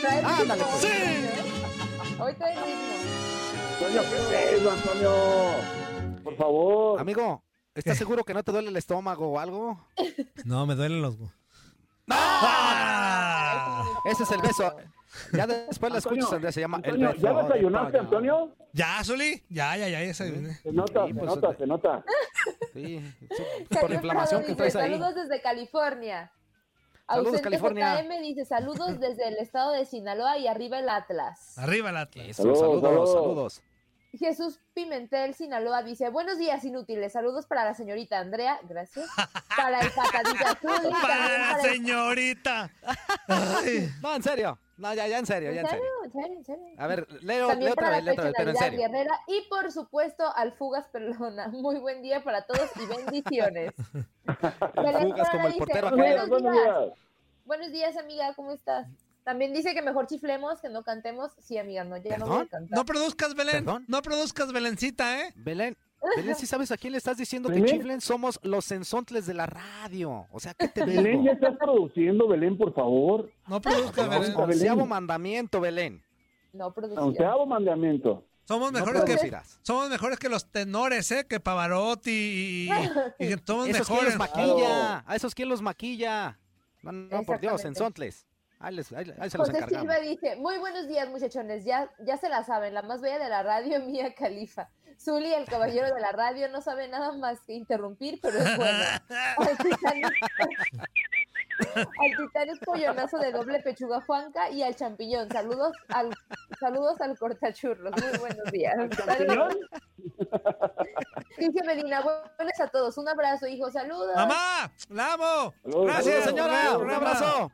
Speaker 5: Trae ritmo,
Speaker 3: Ándale, pues.
Speaker 5: ¿eh? Hoy trae ritmo.
Speaker 4: Antonio, qué beso, Antonio. Por favor.
Speaker 3: Amigo, ¿estás seguro que no te duele el estómago o algo?
Speaker 6: No, me duelen los. ¡Ah!
Speaker 3: Ese es el beso. Ya después la
Speaker 4: Antonio,
Speaker 3: escuchas, Andrea, se llama el
Speaker 4: Antonio,
Speaker 3: beso.
Speaker 4: ¿ya desayunaste,
Speaker 3: de Toño.
Speaker 4: Antonio?
Speaker 6: Ya, Zuli. Ya, ya, ya, ya se-
Speaker 4: Se nota,
Speaker 3: Sí,
Speaker 4: se
Speaker 3: pues,
Speaker 4: nota, se nota.
Speaker 3: Sí, sí, por
Speaker 5: Sergio
Speaker 3: la inflamación
Speaker 5: Prado
Speaker 3: que
Speaker 5: dice,
Speaker 3: traes ahí.
Speaker 5: Saludos desde California.
Speaker 3: Saludos,
Speaker 5: Ausente
Speaker 3: California.
Speaker 5: JM dice, saludos desde el estado de Sinaloa y arriba el Atlas.
Speaker 6: Arriba el Atlas.
Speaker 3: Eso,
Speaker 4: Saludos,
Speaker 3: saludos,
Speaker 4: saludos.
Speaker 3: saludos.
Speaker 5: Jesús Pimentel, Sinaloa, dice, buenos días inútiles, saludos para la señorita Andrea, gracias, para el patadita Zuli, también
Speaker 6: Para la
Speaker 5: para el-
Speaker 6: señorita. Ay.
Speaker 3: No, en serio. No, ya, ya en serio, ya
Speaker 5: ¿En
Speaker 3: en
Speaker 5: serio?
Speaker 3: serio.
Speaker 5: ¿En serio? ¿En serio?
Speaker 3: A ver, leo,
Speaker 5: También
Speaker 3: leo otra
Speaker 5: para
Speaker 3: vez,
Speaker 5: la
Speaker 3: leo otra vez, pero en
Speaker 5: Navidad
Speaker 3: serio.
Speaker 5: Guerrera y por supuesto al Fugas Pelona. Muy buen día para todos y bendiciones.
Speaker 3: El Fugas como el portero aquel.
Speaker 5: Buenos días. Buenos días, amiga, ¿cómo estás? También dice que mejor chiflemos, que no cantemos. Sí, amiga, no, ya no voy a
Speaker 6: ¿Perdón?
Speaker 5: cantar.
Speaker 6: No produzcas, Belén. No produzcas, Belencita, ¿eh?
Speaker 3: Belén, Belén, si sabes a quién le estás diciendo que
Speaker 6: ¿Belén?
Speaker 3: chiflen, somos los sensontles de la radio. O sea, ¿qué te
Speaker 4: Belén,
Speaker 3: digo?
Speaker 4: ya estás produciendo, Belén, por favor.
Speaker 6: No
Speaker 4: produzca, Belén.
Speaker 3: Onceavo mandamiento, Belén.
Speaker 5: No producirás.
Speaker 4: Onceavo mandamiento.
Speaker 6: Somos
Speaker 3: No
Speaker 6: mejores, que,
Speaker 3: producirás.
Speaker 6: somos mejores que los tenores, ¿eh? Que Pavarotti y, y que somos
Speaker 3: Esos quién
Speaker 6: mejores.
Speaker 3: los maquilla. A esos quién los maquilla. No, no, por Dios,
Speaker 5: Exactamente.
Speaker 3: sensontles. Ahí, les- ahí- ahí se los
Speaker 5: José
Speaker 3: encargamos.
Speaker 5: Silva dice, muy buenos días muchachones, ya, ya se la saben, la más bella de la radio, Mía Califa. Zuli, el caballero de la radio, no sabe nada más que interrumpir, pero es bueno. Al Titanic, al Titanic pollonazo de doble pechuga Juanca y al champiñón. Saludos al, saludos al cortachurros, muy buenos días.
Speaker 4: champiñón?
Speaker 5: Dice Medina, buenos a todos, un abrazo, hijo, saludos.
Speaker 6: ¡Mamá! ¡La amo!
Speaker 4: Saludos,
Speaker 6: ¡Gracias,
Speaker 4: saludos.
Speaker 6: señora! ¡Un abrazo!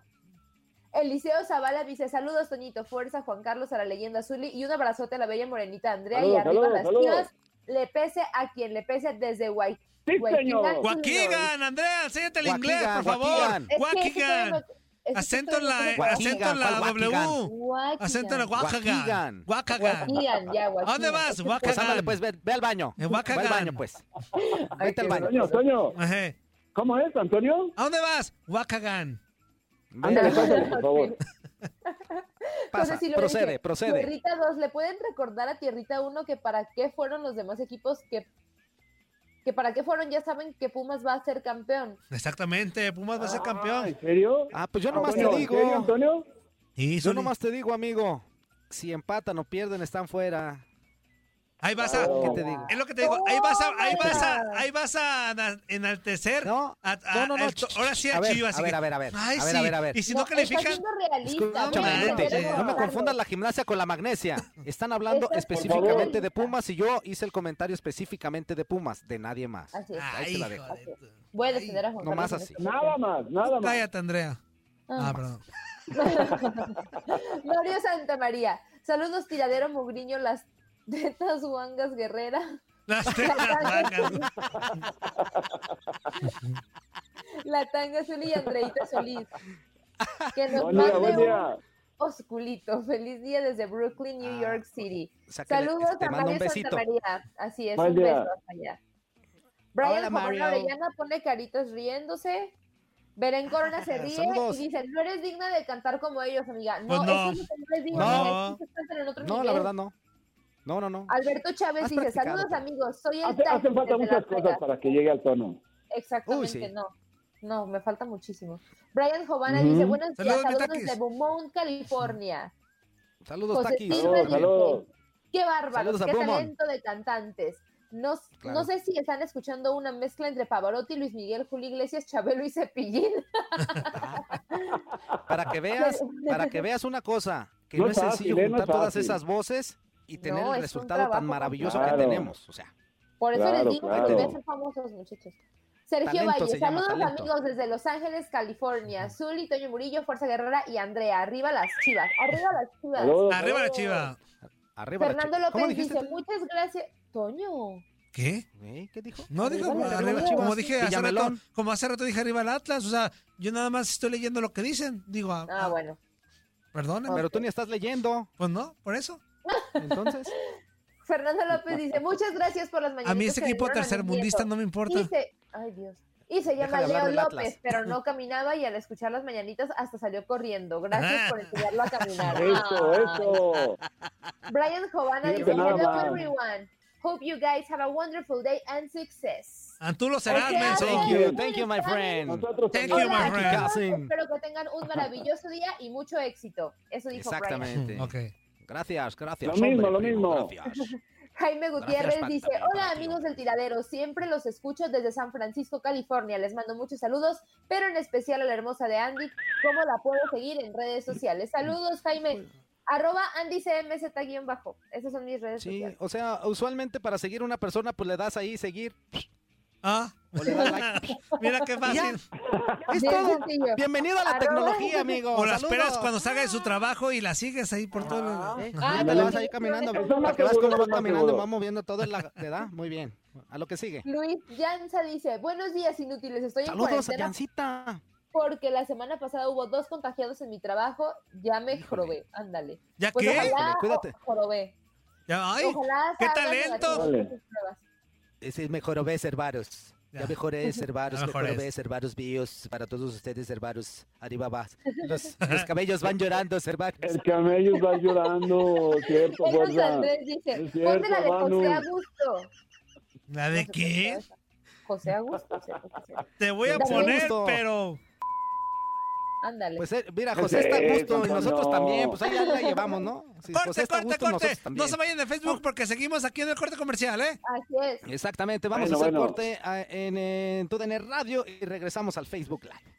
Speaker 5: Eliseo Zavala dice, saludos Toñito, fuerza Juan Carlos a la leyenda Zuli y un abrazote a la bella morenita Andrea y
Speaker 4: Saludos,
Speaker 5: arriba
Speaker 4: saludos,
Speaker 5: las
Speaker 4: saludos.
Speaker 5: chivas, le pese a quien le pese desde Guay.
Speaker 4: Sí, señor.
Speaker 6: ¡Guaquigan, Andrea! ¡Enséñate el inglés, por favor!
Speaker 3: Guaquigan.
Speaker 6: ¡Guaquigan! Acento en la, eh,
Speaker 3: Guaquigan,
Speaker 6: acento en la
Speaker 3: ¿cuál
Speaker 6: W.
Speaker 5: Guaquigan.
Speaker 6: Acento en la Guacagan.
Speaker 3: Guaquigan.
Speaker 6: Guacagan.
Speaker 5: Guaquigan, ya,
Speaker 6: ¿A dónde
Speaker 5: Guaquigan.
Speaker 6: vas?
Speaker 3: Pues ándale,
Speaker 6: Guacagan.
Speaker 3: pues ve, ve al baño.
Speaker 6: En
Speaker 3: Va al
Speaker 6: Guacagan.
Speaker 3: baño, pues.
Speaker 5: Ay,
Speaker 3: Vete al
Speaker 5: qué
Speaker 3: baño.
Speaker 4: Toño, Toño,
Speaker 6: Ajá.
Speaker 4: ¿cómo es, Antonio?
Speaker 6: ¿A dónde vas? Guacagan.
Speaker 5: Ándale,
Speaker 3: Ve,
Speaker 4: Pásale, por favor.
Speaker 3: Pasa,
Speaker 5: José Silva
Speaker 3: procede,
Speaker 5: dice,
Speaker 3: procede.
Speaker 5: Tierrita 2, ¿le pueden recordar a Tierrita 1 que para qué fueron los demás equipos que que para qué fueron ya saben que Pumas va a ser campeón.
Speaker 6: Exactamente, Pumas va a ser
Speaker 4: ¿En
Speaker 6: campeón.
Speaker 4: serio?
Speaker 3: Ah, pues yo
Speaker 4: Ah,
Speaker 3: nomás
Speaker 4: bueno,
Speaker 3: te
Speaker 4: ¿en serio,
Speaker 3: digo.
Speaker 4: Antonio?
Speaker 6: Sí,
Speaker 3: Yo
Speaker 6: Zuli.
Speaker 3: nomás te digo, amigo. Si empatan o pierden, están fuera.
Speaker 6: Ahí vas a.
Speaker 3: ¿Qué te digo?
Speaker 6: Es lo que te digo, ahí vas a, ahí vas a, ahí vas a na- enaltecer.
Speaker 3: No,
Speaker 6: a- a-
Speaker 3: no, no, no,
Speaker 6: el to-
Speaker 3: ch- ch-
Speaker 6: ahora sí a,
Speaker 3: a ver,
Speaker 6: Chivas.
Speaker 3: a
Speaker 6: y
Speaker 3: ver,
Speaker 6: que-
Speaker 3: a ver, a ver,
Speaker 6: Ay,
Speaker 3: a ver,
Speaker 6: sí,
Speaker 3: a ver, a ver.
Speaker 6: Y si no
Speaker 5: Está
Speaker 6: califican,
Speaker 5: siendo realista.
Speaker 6: Escúchame,
Speaker 5: Mira,
Speaker 6: Belén,
Speaker 5: queremos
Speaker 6: no me
Speaker 3: No me
Speaker 5: agarrarlo.
Speaker 3: confundas la gimnasia con la magnesia. Están hablando
Speaker 5: Esa-
Speaker 3: específicamente
Speaker 5: Por
Speaker 3: de Pumas y yo hice el comentario específicamente de Pumas, de nadie más.
Speaker 5: Así es.
Speaker 6: Ay,
Speaker 3: Ahí te la
Speaker 6: hijo
Speaker 3: dejo.
Speaker 6: de tu-
Speaker 5: Voy a defender a Juan
Speaker 3: Nomás
Speaker 5: Carlos en este
Speaker 3: así.
Speaker 5: esta ocasión.
Speaker 4: Nada más, nada más.
Speaker 6: Cállate, Andrea. Ah, perdón.
Speaker 5: Mario Santamaría. Saludos, tiradero mugriño, las tetas guangas guerrera.
Speaker 6: Las tetas blancas.
Speaker 5: La tanga Zuli y Andreita Solís. Que nos
Speaker 4: Buen día,
Speaker 5: mande
Speaker 4: buen
Speaker 5: un
Speaker 4: día.
Speaker 5: osculito. Feliz día desde Brooklyn, New
Speaker 3: Ah,
Speaker 5: York City.
Speaker 3: sácale,
Speaker 5: Saludos
Speaker 3: te
Speaker 5: a
Speaker 3: mando
Speaker 5: Mario
Speaker 3: este, un besito.
Speaker 5: Santamaría. Así es,
Speaker 4: Buen
Speaker 5: un
Speaker 4: día.
Speaker 5: beso hasta allá. Brian
Speaker 3: Hola,
Speaker 5: Jomán
Speaker 3: Mario.
Speaker 5: Orellana pone caritas riéndose. Belén Corona se ríe
Speaker 3: Saludos.
Speaker 5: y dice, no eres digna de cantar como ellos, amiga. No,
Speaker 6: Pues no.
Speaker 5: eso es lo que yo les digo,
Speaker 6: No.
Speaker 5: es que ustedes cantan en otro
Speaker 3: No, la
Speaker 5: nivel.
Speaker 3: verdad no. No, no, no.
Speaker 5: Alberto Chávez
Speaker 3: Has
Speaker 5: dice,
Speaker 3: practicado,
Speaker 5: saludos
Speaker 3: pero-
Speaker 5: amigos, soy el
Speaker 4: Hace- hacen falta
Speaker 5: desde
Speaker 4: muchas
Speaker 5: Las Vegas".
Speaker 4: cosas para que llegue al tono.
Speaker 5: Exactamente,
Speaker 3: Uy, sí.
Speaker 5: no. No, me falta muchísimo. Brian Jovana
Speaker 4: Ujú.
Speaker 5: dice, buenos días,
Speaker 6: Saludos, mi
Speaker 5: saludos
Speaker 6: taquis.
Speaker 5: desde Beaumont, California.
Speaker 3: Saludos,
Speaker 5: José
Speaker 3: Taquis.
Speaker 5: Silva
Speaker 4: Saludos,
Speaker 5: dice,
Speaker 4: saludos.
Speaker 5: qué bárbaros,
Speaker 3: Saludos a
Speaker 5: qué
Speaker 3: Beaumont.
Speaker 5: talento de cantantes. No,
Speaker 3: Claro.
Speaker 5: no sé si están escuchando una mezcla entre Pavarotti, Luis Miguel, Julio Iglesias, Chabelo y Cepillín.
Speaker 3: Para que veas, para que veas una cosa, que
Speaker 4: No
Speaker 3: no,
Speaker 4: es
Speaker 3: es
Speaker 4: fácil,
Speaker 3: sencillo
Speaker 4: ¿eh? No es
Speaker 3: juntar todas
Speaker 4: fácil.
Speaker 3: esas voces y tener
Speaker 5: No, es
Speaker 3: el
Speaker 5: un
Speaker 3: resultado
Speaker 5: trabajo
Speaker 3: tan maravilloso
Speaker 4: complicado.
Speaker 3: que tenemos. O sea,
Speaker 5: Por eso
Speaker 4: Claro,
Speaker 5: les digo
Speaker 4: claro.
Speaker 5: que deben ser famosos, muchachos. Sergio
Speaker 3: Talento
Speaker 5: Valle,
Speaker 3: se llama,
Speaker 5: saludos
Speaker 3: talento.
Speaker 5: amigos desde Los Ángeles, California. Zuli, Toño Murillo, Fuerza Guerrera y Andrea. Arriba las chivas, arriba las chivas.
Speaker 4: Saludos.
Speaker 6: Arriba la chiva.
Speaker 3: arriba la
Speaker 5: Fernando
Speaker 3: chi- ¿Cómo
Speaker 5: López
Speaker 3: dijiste
Speaker 5: dice,
Speaker 3: tú?
Speaker 5: muchas gracias. Toño.
Speaker 6: ¿Qué?
Speaker 3: ¿Eh? ¿Qué dijo?
Speaker 6: No digo
Speaker 5: Arriba
Speaker 6: como
Speaker 5: las
Speaker 6: arriba,
Speaker 5: chivas.
Speaker 6: como dije hace rato,
Speaker 3: Villamelón.
Speaker 6: como hace rato dije arriba el Atlas, o sea, yo nada más estoy leyendo lo que dicen, digo, ah,
Speaker 5: Ah, bueno.
Speaker 6: perdónenme,
Speaker 3: Pero tú ni estás leyendo,
Speaker 6: pues no, por eso.
Speaker 3: entonces.
Speaker 5: Fernando López dice, muchas gracias por las mañanitas.
Speaker 6: A mí ese
Speaker 5: que le
Speaker 6: equipo
Speaker 5: dieron a mi
Speaker 6: tercermundista
Speaker 5: nieto".
Speaker 6: no me
Speaker 5: Y
Speaker 6: importa.
Speaker 5: se... Ay, Dios. Y se llama
Speaker 3: de hablar
Speaker 5: Leo
Speaker 3: del Atlas.
Speaker 5: López, pero no caminaba y al escuchar las mañanitas hasta salió corriendo. Gracias por enseñarlo a caminar.
Speaker 4: Eso,
Speaker 5: Ay.
Speaker 4: eso.
Speaker 5: Brian Jovana
Speaker 4: Fíjate
Speaker 5: dice,
Speaker 4: nada
Speaker 5: hello
Speaker 4: más.
Speaker 5: everyone. Hope you guys have a wonderful day and success.
Speaker 6: Antú Ah, lo serás,
Speaker 5: Ay, qué
Speaker 6: menso.
Speaker 3: Thank
Speaker 4: Bien.
Speaker 3: you, thank you, my friend.
Speaker 4: Nosotros
Speaker 6: Thank
Speaker 4: también.
Speaker 6: you, my
Speaker 5: Hola,
Speaker 6: friend.
Speaker 5: chicos.
Speaker 3: Cousin.
Speaker 5: Espero que tengan un maravilloso día y mucho éxito. Eso dijo Brian.
Speaker 3: Exactamente.
Speaker 6: Ok.
Speaker 3: Gracias, gracias.
Speaker 4: Lo mismo,
Speaker 3: hombre,
Speaker 4: lo
Speaker 3: primo,
Speaker 4: mismo.
Speaker 3: gracias.
Speaker 5: Jaime Gutiérrez
Speaker 3: Gracias,
Speaker 5: dice,
Speaker 3: Pata,
Speaker 5: hola
Speaker 3: para ti,
Speaker 5: amigos
Speaker 3: hombre.
Speaker 5: del tiradero, siempre los escucho desde San Francisco, California. Les mando muchos saludos, pero en especial a la hermosa de Andy. ¿Cómo la puedo seguir en redes sociales? Saludos, Jaime. Arroba AndyCMZ-bajo. Esas son mis redes
Speaker 3: Sí,
Speaker 5: sociales.
Speaker 3: o sea, usualmente para seguir a una persona, pues le das ahí seguir.
Speaker 6: Ah,
Speaker 3: O le das like.
Speaker 6: mira qué fácil.
Speaker 3: Es
Speaker 5: Bien
Speaker 3: todo.
Speaker 5: sencillo.
Speaker 3: Bienvenido a la
Speaker 5: Arroba-
Speaker 3: tecnología, amigo.
Speaker 6: O la
Speaker 3: Saludos.
Speaker 6: esperas cuando salga de su trabajo y la sigues ahí por todo el...
Speaker 3: ¿Eh?
Speaker 5: Ah,
Speaker 3: Ya te
Speaker 5: pero
Speaker 3: la vas
Speaker 5: sí,
Speaker 3: ahí
Speaker 5: sí,
Speaker 3: caminando.
Speaker 5: sí, sí.
Speaker 3: Para que vas
Speaker 4: Eso es
Speaker 3: cómo
Speaker 4: más
Speaker 3: vas
Speaker 4: seguro.
Speaker 3: caminando, va moviendo toda la edad. Muy bien. A lo que sigue.
Speaker 5: Luis Llanza dice, buenos días inútiles, estoy en
Speaker 3: Saludos a
Speaker 5: cuarentena
Speaker 3: Yancita.
Speaker 5: porque la semana pasada hubo dos contagiados en mi trabajo, ya me jorobé, ándale.
Speaker 6: ¿Ya
Speaker 5: Pues
Speaker 6: qué?
Speaker 5: Ojalá,
Speaker 6: Híjole, cuídate.
Speaker 5: o- jorobé.
Speaker 6: Ya, ay,
Speaker 5: Ojalá
Speaker 6: qué
Speaker 5: salgan
Speaker 6: talento.
Speaker 5: negativos en sus pruebas.
Speaker 3: Ese es mejor obé, Cervaros. Ya mejoré, Cervaros,
Speaker 6: Ya
Speaker 3: mejor
Speaker 6: mejoré.
Speaker 3: obé, Cervaros Bios. Para todos ustedes, Cervaros, arriba va. Los, los cabellos van llorando, Cervaros.
Speaker 4: El camello va llorando,
Speaker 5: Pues
Speaker 4: cierto,
Speaker 5: Carlos
Speaker 4: fuerza.
Speaker 5: Andrés dice,
Speaker 4: Es cierto,
Speaker 5: ponte la de
Speaker 4: Manu.
Speaker 5: José Augusto.
Speaker 6: ¿La de qué?
Speaker 5: José Augusto. José Augusto.
Speaker 6: Te voy a
Speaker 5: Dale.
Speaker 6: poner,
Speaker 5: Justo.
Speaker 6: pero.
Speaker 5: Ándale.
Speaker 3: Pues eh, mira, José está a gusto y nosotros también, pues ahí ya la llevamos, ¿no? Si
Speaker 6: corte,
Speaker 3: José está a
Speaker 6: corte,
Speaker 3: Pues, gusto,
Speaker 6: corte.
Speaker 3: nosotros
Speaker 6: No
Speaker 3: también.
Speaker 6: se vayan de Facebook porque seguimos aquí en el corte comercial, ¿eh?
Speaker 5: Así es.
Speaker 3: Exactamente, vamos
Speaker 6: Bueno,
Speaker 3: a hacer
Speaker 6: bueno.
Speaker 3: corte ah, en, eh, en TUDN Radio y regresamos al Facebook Live.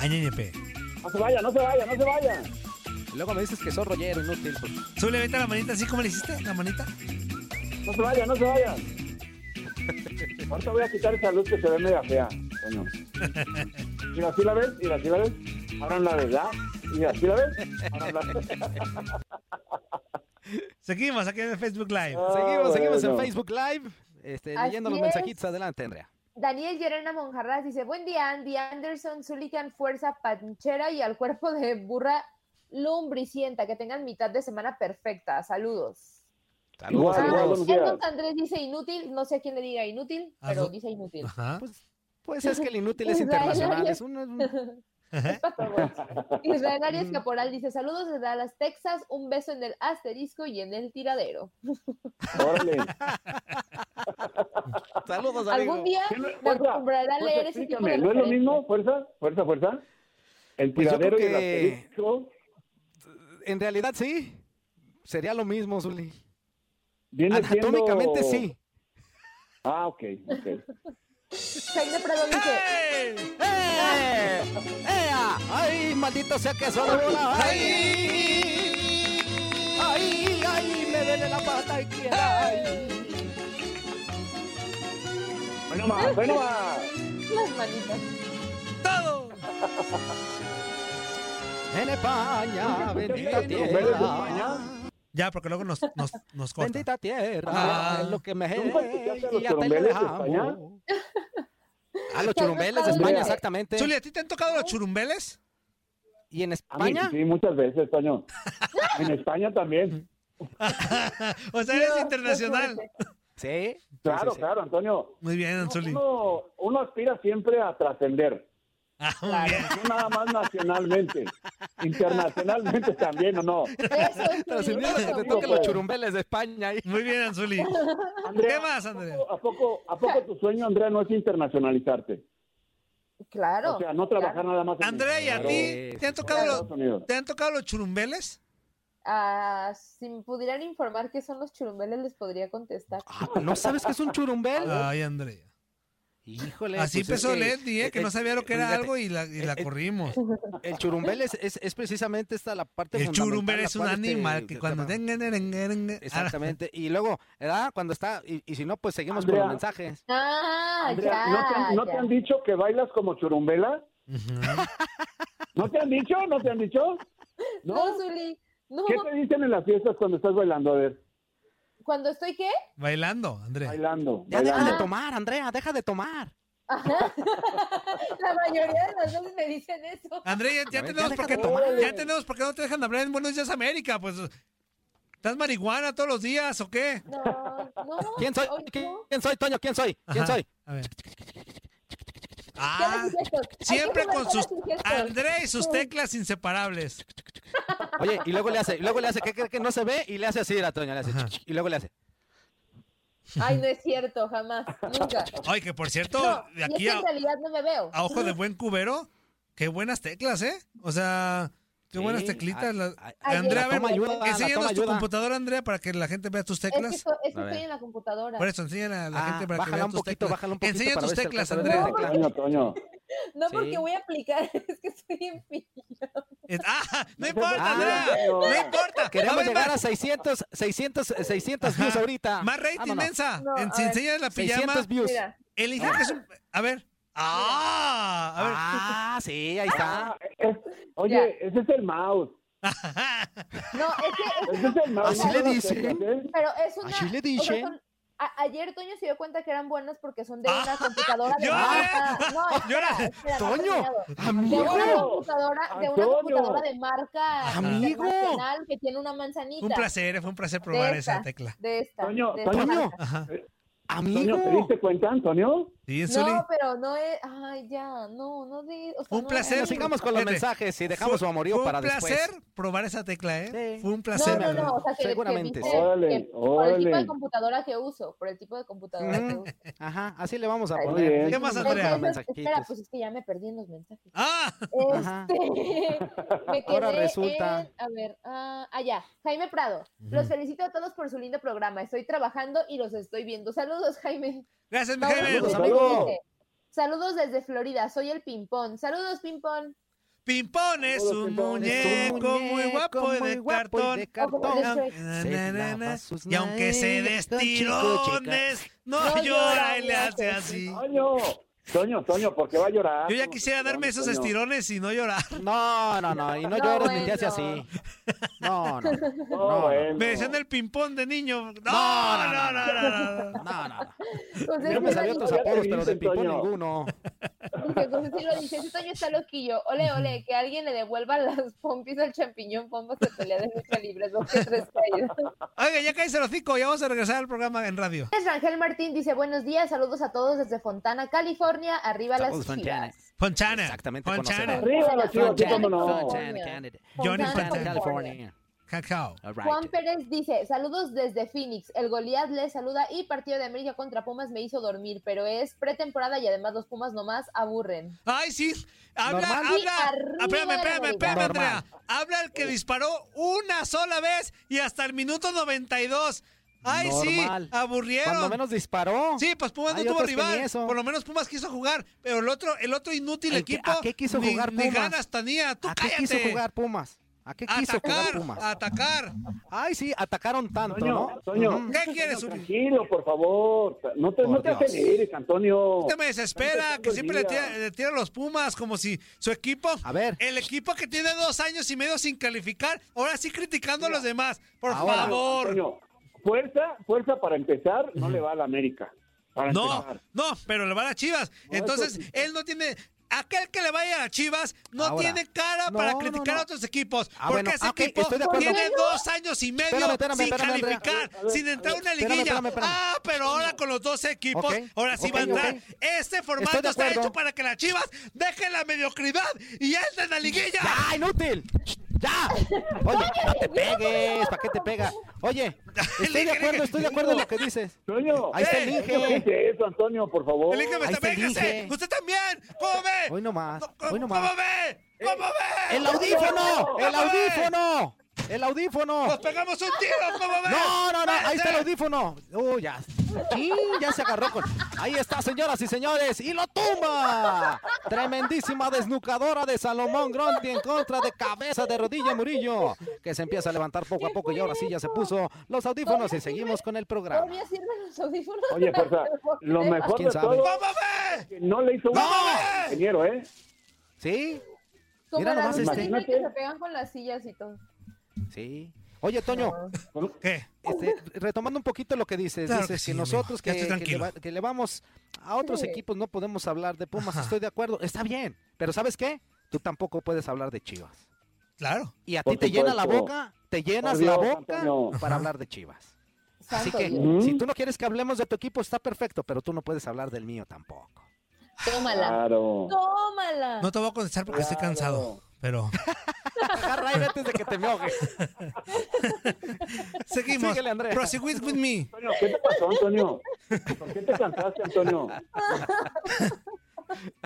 Speaker 6: Ay, NNP.
Speaker 4: No se vaya, no se vaya, no se vaya.
Speaker 3: Luego me dices que soy rollero, inútil. pues.
Speaker 6: Sube, vete la manita así como le hiciste, la manita.
Speaker 4: No se vaya, no se vaya. Ahorita voy a quitar esa luz que se ve media fea. Bueno. Mira, así la ves, mira, así la ves. Ahora la ves, ¿verdad? Mira, así la ves. Ahora la ves.
Speaker 6: Seguimos aquí en el Facebook Live.
Speaker 3: seguimos, seguimos en
Speaker 6: Ah, bueno.
Speaker 3: Facebook Live, este,
Speaker 5: Así
Speaker 3: leyendo los
Speaker 5: es.
Speaker 3: mensajitos. Adelante, Andrea.
Speaker 5: Daniel Llerena Monjarras dice, buen día Andy Anderson, Zulican, fuerza panchera y al cuerpo de burra lumbricienta, que tengan mitad de semana perfecta, saludos.
Speaker 4: Igual,
Speaker 5: Ah,
Speaker 4: igual, buenos días.
Speaker 5: Edmond Andrés dice inútil, no sé a quién le diga inútil,
Speaker 4: Ah,
Speaker 5: pero
Speaker 4: no.
Speaker 5: dice inútil.
Speaker 6: Ajá.
Speaker 3: Pues, Pues es que el inútil es internacional. Es un,
Speaker 5: Israel
Speaker 4: Mm.
Speaker 5: Arias Caporal dice, saludos desde Dallas, Texas, un beso en el asterisco y en el tiradero.
Speaker 4: Órale.
Speaker 3: Saludos,
Speaker 5: Algún día me acostumbrará a
Speaker 4: Fuerza,
Speaker 5: leer ese tipo de
Speaker 4: pues, explícame, ¿No es lo
Speaker 5: referencias.
Speaker 4: mismo? Fuerza, fuerza, fuerza. El
Speaker 3: Pues yo creo
Speaker 4: tiradero y el
Speaker 3: que-
Speaker 4: asterisco
Speaker 3: en realidad sí. Sería lo mismo, Zuli.
Speaker 4: viene siendo-
Speaker 3: Anatómicamente sí.
Speaker 4: Ah, ok, ok.
Speaker 5: Jaime Prado
Speaker 6: dice,
Speaker 3: ¡Eh! ¡Ea! ¡Ay, maldito sea que solo bola! ¡Ay! ¡Ay, ay! Me duele la pata izquierda. ay.
Speaker 4: Bueno, más, bueno, más.
Speaker 5: Las manitas.
Speaker 6: ¡Todo!
Speaker 3: En España, bendita
Speaker 6: Bueno,
Speaker 3: tierra.
Speaker 6: Ya, porque luego nos, nos, nos corta.
Speaker 3: Bendita tierra,
Speaker 6: Ah.
Speaker 3: es lo que me
Speaker 6: ¿Nunca escuchaste a los
Speaker 3: y hasta ahí lo
Speaker 6: churumbeles de
Speaker 3: dejamos.
Speaker 6: España?
Speaker 3: A los churumbeles de España,
Speaker 4: Mira.
Speaker 3: exactamente.
Speaker 6: Zuli, ¿a ti te han tocado los churumbeles?
Speaker 3: ¿Y en
Speaker 4: A mí,
Speaker 3: España?
Speaker 4: sí, muchas veces, Toño. En España también.
Speaker 6: O sea, eres internacional.
Speaker 3: Sí.
Speaker 4: Claro, claro, Antonio.
Speaker 6: Muy bien, Anzuli.
Speaker 4: Uno, uno aspira siempre a trascender.
Speaker 6: Ah,
Speaker 4: No nada más nacionalmente, internacionalmente también, ¿o no?
Speaker 3: Trascendiendo que te toquen los churumbeles de España. ahí.
Speaker 6: Muy bien, Anzuli. ¿Qué
Speaker 4: Andrea,
Speaker 6: más, Andrea?
Speaker 4: ¿A poco, ¿A poco tu sueño, Andrea, no es internacionalizarte?
Speaker 5: Claro.
Speaker 4: O sea, no trabajar nada más en
Speaker 6: Andrea, ¿y a ti
Speaker 4: Claro.
Speaker 6: te han tocado
Speaker 4: Estados Unidos.
Speaker 6: los, ¿te han tocado los churumbeles?
Speaker 5: Ah, si me pudieran informar qué son los churumbeles, les podría contestar.
Speaker 6: Ah.
Speaker 3: ¿No sabes qué es un churumbel?
Speaker 6: Ay, Andrea.
Speaker 3: Híjole.
Speaker 6: Así
Speaker 3: pues es
Speaker 6: empezó
Speaker 3: que-
Speaker 6: Leti, ¿eh? que
Speaker 3: eh,
Speaker 6: no sabía lo que era
Speaker 3: fíjate,
Speaker 6: algo y la, y la
Speaker 3: eh, eh,
Speaker 6: corrimos.
Speaker 3: El churumbel es, es, es precisamente esta la parte
Speaker 6: El
Speaker 3: fundamental,
Speaker 6: churumbel
Speaker 3: la
Speaker 6: es un
Speaker 3: cual, este,
Speaker 6: animal que
Speaker 3: te-
Speaker 6: cuando...
Speaker 3: te- Exactamente. Y luego, ¿verdad? Cuando está... Y, y si no, pues seguimos con
Speaker 4: Andrea.
Speaker 3: los mensajes.
Speaker 5: Ah,
Speaker 4: Andrea,
Speaker 5: ya.
Speaker 4: ¿no, te han, no
Speaker 5: ya.
Speaker 4: te han dicho que bailas como churumbela? ¿No te han dicho? ¿No te han dicho?
Speaker 5: No, Zuli, no.
Speaker 4: ¿Qué te dicen en las fiestas cuando estás bailando? A ver,
Speaker 5: ¿Cuando estoy qué?
Speaker 6: Bailando, Andrea.
Speaker 4: bailando.
Speaker 3: Ya deja de
Speaker 4: bailando.
Speaker 3: tomar, Andrea, deja de tomar.
Speaker 5: Ajá. La mayoría de las veces me dicen eso.
Speaker 6: Andrea, ya, ya
Speaker 3: Ya
Speaker 6: tenemos
Speaker 3: deja
Speaker 6: por
Speaker 3: de
Speaker 6: qué
Speaker 3: tomar.
Speaker 6: ya tenemos por qué no te dejan hablar en Buenos Días América, pues ¿Estás marihuana todos los días o qué?
Speaker 5: No, no.
Speaker 3: ¿Quién soy?
Speaker 5: hoy
Speaker 3: ¿Qui-
Speaker 5: no.
Speaker 3: ¿Quién soy, Toño? ¿Quién soy? ¿Quién
Speaker 6: Ajá,
Speaker 3: soy?
Speaker 6: A ver.
Speaker 5: Ya
Speaker 6: Ah,
Speaker 5: ves sus gestos. Hay que
Speaker 6: siempre
Speaker 5: jugar
Speaker 6: con sus
Speaker 5: sus gestos.
Speaker 6: Andrea y sus teclas inseparables.
Speaker 3: Oye, y luego le hace, y luego le hace, ¿qué cree que no se ve? Y le hace así a Toño, le hace,
Speaker 6: Ajá.
Speaker 3: y luego le hace.
Speaker 5: Ay, no es cierto, jamás, nunca.
Speaker 6: Ay, que por cierto,
Speaker 5: No, y
Speaker 6: de
Speaker 5: es
Speaker 6: aquí
Speaker 5: que
Speaker 6: a,
Speaker 5: en realidad no me veo.
Speaker 6: a ojo de buen cubero, qué buenas teclas, ¿eh? O sea, qué
Speaker 3: Sí,
Speaker 6: buenas teclitas.
Speaker 3: a-
Speaker 6: las-
Speaker 3: a-
Speaker 5: a-
Speaker 6: Andrea, a ver,
Speaker 3: la toma ayuda, la
Speaker 6: enséñanos
Speaker 3: toma
Speaker 6: tu
Speaker 3: ayuda.
Speaker 6: computadora, Andrea, para que la gente vea tus
Speaker 5: Es que,
Speaker 6: teclas.
Speaker 5: estoy- es que
Speaker 3: A ver.
Speaker 5: estoy en la computadora.
Speaker 6: Por eso, enséñala a la
Speaker 3: Ah,
Speaker 6: gente para que
Speaker 3: bájala
Speaker 6: vea
Speaker 3: un
Speaker 6: tus
Speaker 3: poquito,
Speaker 6: teclas.
Speaker 3: bájala un poquito
Speaker 6: Enseña
Speaker 3: para
Speaker 6: tus
Speaker 3: ver si
Speaker 6: teclas,
Speaker 3: alcanza a ver
Speaker 6: Andrea.
Speaker 3: las teclas.
Speaker 4: Toño, Toño.
Speaker 5: No
Speaker 6: e-, Sí.
Speaker 5: porque voy a aplicar, es que estoy en fin.
Speaker 6: Es- ¡Ah! ¡No importa, Andrea!
Speaker 3: Ah,
Speaker 6: ¡No importa!
Speaker 3: Queremos
Speaker 6: ver,
Speaker 3: llegar
Speaker 6: más.
Speaker 3: a 600, 600, 600 views ahorita.
Speaker 6: Más rating,
Speaker 3: Vámonos.
Speaker 6: Mensa.
Speaker 5: No,
Speaker 6: En-
Speaker 5: a
Speaker 6: si
Speaker 5: ver.
Speaker 6: enseñas la pijama.
Speaker 3: 600 views. Mira.
Speaker 6: El ingeniero que es un. A ver. ¡Ah! A ver.
Speaker 3: Ah, sí, ahí está.
Speaker 4: Ah, Oye, ese es el mouse.
Speaker 5: No, es que.
Speaker 4: Ese es el mouse.
Speaker 3: Así le
Speaker 4: no lo
Speaker 3: dice.
Speaker 4: tengas, ¿eh?
Speaker 5: Pero es una.
Speaker 3: Así Ah, le
Speaker 5: o sea,
Speaker 3: dije.
Speaker 5: son- a- ayer Toño se dio cuenta que eran buenas porque son de una computadora de
Speaker 6: Ah, ¡Yo
Speaker 5: marca.
Speaker 6: eh,
Speaker 5: No,
Speaker 6: ¡Llora!
Speaker 5: espera, espera, no he
Speaker 3: Toño,
Speaker 5: terminado. De una
Speaker 3: amigo.
Speaker 5: computadora, de una
Speaker 4: Antonio.
Speaker 5: computadora de marca
Speaker 3: Amigo.
Speaker 5: internacional que tiene una
Speaker 6: Fue
Speaker 5: manzanita.
Speaker 6: un placer, eh, fue un placer probar
Speaker 5: De
Speaker 6: esa
Speaker 5: esta.
Speaker 6: tecla.
Speaker 5: De esta.
Speaker 4: Toño,
Speaker 5: de
Speaker 4: Toño.
Speaker 5: esta
Speaker 3: Toño,
Speaker 5: marca.
Speaker 4: Antonio, ¿te
Speaker 3: amigo.
Speaker 4: diste cuenta, Antonio?
Speaker 6: Sí, en Zuli.
Speaker 5: No, pero no es. Ay, ya, no, no de. o sea,
Speaker 6: Un
Speaker 5: no,
Speaker 6: placer.
Speaker 5: no,
Speaker 3: Sigamos con los
Speaker 6: Vete.
Speaker 3: mensajes y dejamos su amorío para
Speaker 6: un
Speaker 3: después.
Speaker 6: placer probar esa tecla, ¿eh?
Speaker 3: Sí.
Speaker 6: Fue un
Speaker 5: No,
Speaker 6: placer.
Speaker 5: no, no, o sea, que, que
Speaker 3: Seguramente
Speaker 5: viste
Speaker 4: sí. Órale,
Speaker 5: que por el tipo de
Speaker 4: órale.
Speaker 5: computadora que uso, por el tipo de computadora que
Speaker 3: Ujú.
Speaker 5: uso.
Speaker 3: Mm. Ajá, así le vamos a
Speaker 5: Muy
Speaker 3: poner.
Speaker 4: bien.
Speaker 6: Mm, ¿Qué más,
Speaker 5: Entonces,
Speaker 6: Andrea?
Speaker 5: espera,
Speaker 3: Mensajitos.
Speaker 5: pues es que ya me perdí en los mensajes.
Speaker 6: ¡Ah!
Speaker 3: Ajá.
Speaker 5: Este, me quedé
Speaker 3: Ahora resulta.
Speaker 5: en- a ver, ah, allá, Jaime Prado. Los felicito a todos por su lindo programa. Estoy trabajando y los estoy viendo. Saludos, Jaime.
Speaker 6: Gracias, mi
Speaker 5: Vamos,
Speaker 6: Jaime.
Speaker 3: Saludos,
Speaker 5: dice,
Speaker 3: amigo.
Speaker 5: dice, Saludos desde Florida. Soy el Pimpón. Saludos, Pimpón.
Speaker 6: Pimpón es
Speaker 4: Saludos,
Speaker 6: un
Speaker 4: Pimpón.
Speaker 3: Es un
Speaker 6: muñeco muy guapo y de
Speaker 3: guapo y
Speaker 6: cartón.
Speaker 3: de cartón.
Speaker 5: Ojo, de
Speaker 6: Na,
Speaker 3: Se
Speaker 6: na, na,
Speaker 3: lava
Speaker 6: na.
Speaker 3: sus
Speaker 6: Y aunque se
Speaker 3: nalgas con chico, chica.
Speaker 6: destirones, no
Speaker 5: No
Speaker 6: llora
Speaker 5: llora,
Speaker 6: y le hace así.
Speaker 4: Toño, Toño, Toño, ¿por qué va a llorar?
Speaker 6: Yo ya
Speaker 4: No,
Speaker 6: quisiera darme esos
Speaker 4: Toño.
Speaker 6: estirones y no llorar.
Speaker 3: No, no, no, y no,
Speaker 5: No,
Speaker 3: llores ni te hace
Speaker 5: bueno.
Speaker 3: así. No, no, no,
Speaker 4: No,
Speaker 3: no.
Speaker 4: bueno.
Speaker 6: Me decían el pimpón de niño. No,
Speaker 3: no,
Speaker 6: no, no, no. no.
Speaker 3: no, no.
Speaker 5: Entonces,
Speaker 3: Yo me
Speaker 5: sí lo
Speaker 3: sabía
Speaker 5: dije,
Speaker 3: tus
Speaker 4: Ya te
Speaker 3: apodos, pero
Speaker 4: dicen,
Speaker 3: de pipón
Speaker 4: Toño.
Speaker 3: ninguno.
Speaker 5: entonces sí lo dije, ese Toño está loquillo. Ole, ole, que alguien le devuelva las pompis al champiñón, pompas que pelea de lucha libre, dos que tres caídas.
Speaker 6: Oiga, ya caíse los cinco, ya vamos a regresar al programa en radio.
Speaker 5: Rangel Martín dice, buenos días, saludos a todos desde Fontana, California, arriba
Speaker 3: Saludos,
Speaker 5: las
Speaker 3: Fontana.
Speaker 5: chivas.
Speaker 6: Ponchana.
Speaker 3: Exactamente,
Speaker 6: Ponchana.
Speaker 3: conocedor.
Speaker 4: Arriba las chivas, sí,
Speaker 3: Fontana,
Speaker 4: cómo no.
Speaker 3: Fontana, Canada.
Speaker 6: Johnny Fontana.
Speaker 3: California.
Speaker 6: Cacao.
Speaker 3: All
Speaker 5: Juan
Speaker 3: right.
Speaker 5: Pérez dice, saludos desde Phoenix, el Goliath les saluda y partido de América contra Pumas me hizo dormir, pero es pretemporada y además los Pumas nomás aburren.
Speaker 6: Ay, sí. Habla,
Speaker 3: Normal.
Speaker 6: habla.
Speaker 5: Sí, arriba
Speaker 6: Espérame,
Speaker 5: de la
Speaker 6: espérame,
Speaker 5: América.
Speaker 6: espérame,
Speaker 3: Normal.
Speaker 6: Andrea. Habla el que disparó una sola vez y hasta el minuto 92. Ay, sí.
Speaker 3: Normal. Cuando
Speaker 6: Aburrieron.
Speaker 3: menos disparó.
Speaker 6: Sí, pues Pumas
Speaker 3: Hay
Speaker 6: no tuvo
Speaker 3: otros que
Speaker 6: rival.
Speaker 3: ni eso.
Speaker 6: Por lo menos Pumas quiso jugar. Pero el otro, el otro inútil
Speaker 3: ¿El qué-
Speaker 6: equipo.
Speaker 3: a qué quiso
Speaker 6: ni,
Speaker 3: jugar
Speaker 6: ni
Speaker 3: Pumas?
Speaker 6: ganas tenía. Tú
Speaker 3: ¿A qué
Speaker 6: cállate.
Speaker 3: quiso jugar Pumas? ¿A qué quiso
Speaker 6: atacar,
Speaker 3: jugar Pumas?
Speaker 6: atacar.
Speaker 3: Ay, sí, atacaron tanto,
Speaker 4: Toño,
Speaker 3: ¿no?
Speaker 4: Toño.
Speaker 3: Ujú.
Speaker 6: ¿Qué quieres, Uri?
Speaker 4: Tranquilo, por favor. No te, no
Speaker 3: Por
Speaker 4: te
Speaker 3: Dios.
Speaker 4: aceleres, Antonio.
Speaker 6: Usted me desespera
Speaker 4: Están
Speaker 6: que siempre le
Speaker 4: perdidas.
Speaker 6: tira, le tira los Pumas como si su equipo,
Speaker 3: A ver.
Speaker 6: el equipo que tiene dos años y medio sin calificar, ahora sí criticando a los demás. Por
Speaker 3: Ahora,
Speaker 6: favor.
Speaker 4: Antonio, fuerza, fuerza para empezar, no le va a la América. Para
Speaker 6: No,
Speaker 4: empezar.
Speaker 6: no, pero le van a Chivas.
Speaker 4: No,
Speaker 6: Entonces,
Speaker 4: eso sí.
Speaker 6: él no tiene... Aquel que le vaya a Chivas no
Speaker 3: Ahora.
Speaker 6: tiene cara
Speaker 3: No,
Speaker 6: para
Speaker 3: no,
Speaker 6: criticar
Speaker 3: no.
Speaker 6: a otros equipos.
Speaker 3: Ah,
Speaker 6: porque
Speaker 3: bueno,
Speaker 6: ese
Speaker 3: ah, ok,
Speaker 6: equipo
Speaker 3: estoy de acuerdo.
Speaker 6: tiene
Speaker 3: Espérame,
Speaker 6: dos años y medio
Speaker 3: espérame, espérame,
Speaker 6: sin
Speaker 3: espérame, Andrea.
Speaker 6: calificar,
Speaker 4: A ver, a ver,
Speaker 6: sin entrar a una
Speaker 3: espérame,
Speaker 6: liguilla.
Speaker 3: espérame, espérame.
Speaker 6: Ah, pero ahora con los dos equipos,
Speaker 3: Ok,
Speaker 6: ahora sí
Speaker 3: ok,
Speaker 6: va a entrar.
Speaker 3: ok.
Speaker 6: Este formato
Speaker 3: Estoy de
Speaker 6: está
Speaker 3: acuerdo.
Speaker 6: hecho para que las Chivas dejen la mediocridad y entren a liguilla.
Speaker 3: ¡Ya, ¡ah, inútil! ¡Ya! Oye, no te pegues, ¿para qué te pega? Oye, estoy de acuerdo, estoy de acuerdo en lo que dices.
Speaker 4: Toño,
Speaker 3: Ahí está el
Speaker 4: Toño,
Speaker 3: Inge.
Speaker 4: ¿qué es eso, Antonio, por favor?
Speaker 6: Elíjame,
Speaker 3: Ahí está el
Speaker 6: véngase.
Speaker 3: Inge.
Speaker 6: ¡Usted también! ¿Cómo ve?
Speaker 3: Hoy nomás,
Speaker 6: ¿Cómo,
Speaker 3: hoy Eh,
Speaker 6: ¿Cómo
Speaker 3: nomás.
Speaker 6: ve? ¿Cómo ve?
Speaker 3: ¡El audífono! ¡El
Speaker 6: ¿Cómo ve?
Speaker 3: audífono! ¡El audífono!
Speaker 6: ¡Nos pegamos un tiro! ¿Cómo ve?
Speaker 3: No, no, no, ahí está el
Speaker 6: Véngase.
Speaker 3: audífono. ¡Oh, ya! ¡Chin! Ya se agarró con. Ahí está, señoras y señores, y lo tumba. Tremendísima desnucadora de Salomón Grondi en contra de cabeza de rodilla Murillo, que se empieza a levantar poco a poco y ahora sí ya se puso los audífonos y seguimos con el programa.
Speaker 5: Todavía sirven los audífonos.
Speaker 4: Oye, fuerza, lo mejor
Speaker 3: ¿Quién
Speaker 4: de
Speaker 3: sabe?
Speaker 4: todo
Speaker 6: ¿Cómo ve?
Speaker 4: que no le hizo un
Speaker 6: ¡No!
Speaker 4: ingeniero, ¿eh?
Speaker 3: ¿Sí?
Speaker 5: Como
Speaker 3: Mira
Speaker 5: la
Speaker 3: nomás
Speaker 5: lucha
Speaker 4: este.
Speaker 5: libre que
Speaker 4: Imagínate.
Speaker 5: se pegan con las sillas y todo.
Speaker 3: Sí. Oye, Toño,
Speaker 6: ¿Qué?
Speaker 3: este, retomando un poquito lo que dices,
Speaker 6: Claro
Speaker 3: dices
Speaker 6: que
Speaker 3: que,
Speaker 6: sí, amigo.
Speaker 3: nosotros
Speaker 6: Ya
Speaker 3: que,
Speaker 6: estoy
Speaker 3: que le
Speaker 6: tranquilo.
Speaker 3: va- que le vamos a otros
Speaker 5: Sí.
Speaker 3: equipos no podemos hablar de Pumas,
Speaker 6: Ajá.
Speaker 3: estoy de acuerdo, está bien, pero ¿sabes qué? Tú tampoco puedes hablar de Chivas.
Speaker 6: Claro.
Speaker 3: Y a
Speaker 4: Por
Speaker 3: ti te llena la
Speaker 4: supuesto.
Speaker 3: boca, te llenas
Speaker 4: Por
Speaker 3: la
Speaker 4: Dios,
Speaker 3: boca
Speaker 4: Antonio.
Speaker 3: para hablar de Chivas. Así
Speaker 5: Santo
Speaker 3: que
Speaker 5: Dios.
Speaker 4: Ujú.
Speaker 3: si tú no quieres que hablemos de tu equipo está perfecto, pero tú no puedes hablar del mío tampoco.
Speaker 5: Tómala.
Speaker 4: Claro.
Speaker 5: Tómala.
Speaker 6: No te voy a contestar porque estoy
Speaker 4: Claro.
Speaker 6: cansado. Pero
Speaker 3: Agarra aire antes de que te me ahogues.
Speaker 6: seguimos.
Speaker 3: Síguele, Andrea.
Speaker 6: Proseguid with me.
Speaker 4: Antonio, ¿qué te pasó, Antonio? ¿Por qué te cansaste, Antonio?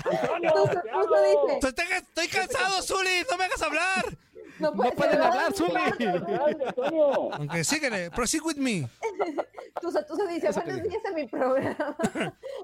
Speaker 4: Antonio,
Speaker 5: Entonces,
Speaker 4: te
Speaker 5: tú
Speaker 4: hablo.
Speaker 5: lo dices.
Speaker 6: Estoy, estoy cansado, Zuli. No me hagas hablar.
Speaker 5: No,
Speaker 3: No
Speaker 5: puedes
Speaker 3: pueden
Speaker 5: hablar,
Speaker 3: hablar, Zuli.
Speaker 4: Dale, Antonio.
Speaker 6: Aunque síguele. Proceed with me.
Speaker 5: Tusa, Tusa dice,
Speaker 3: Eso te
Speaker 5: buenos
Speaker 3: digo.
Speaker 5: pues, días a mi programa.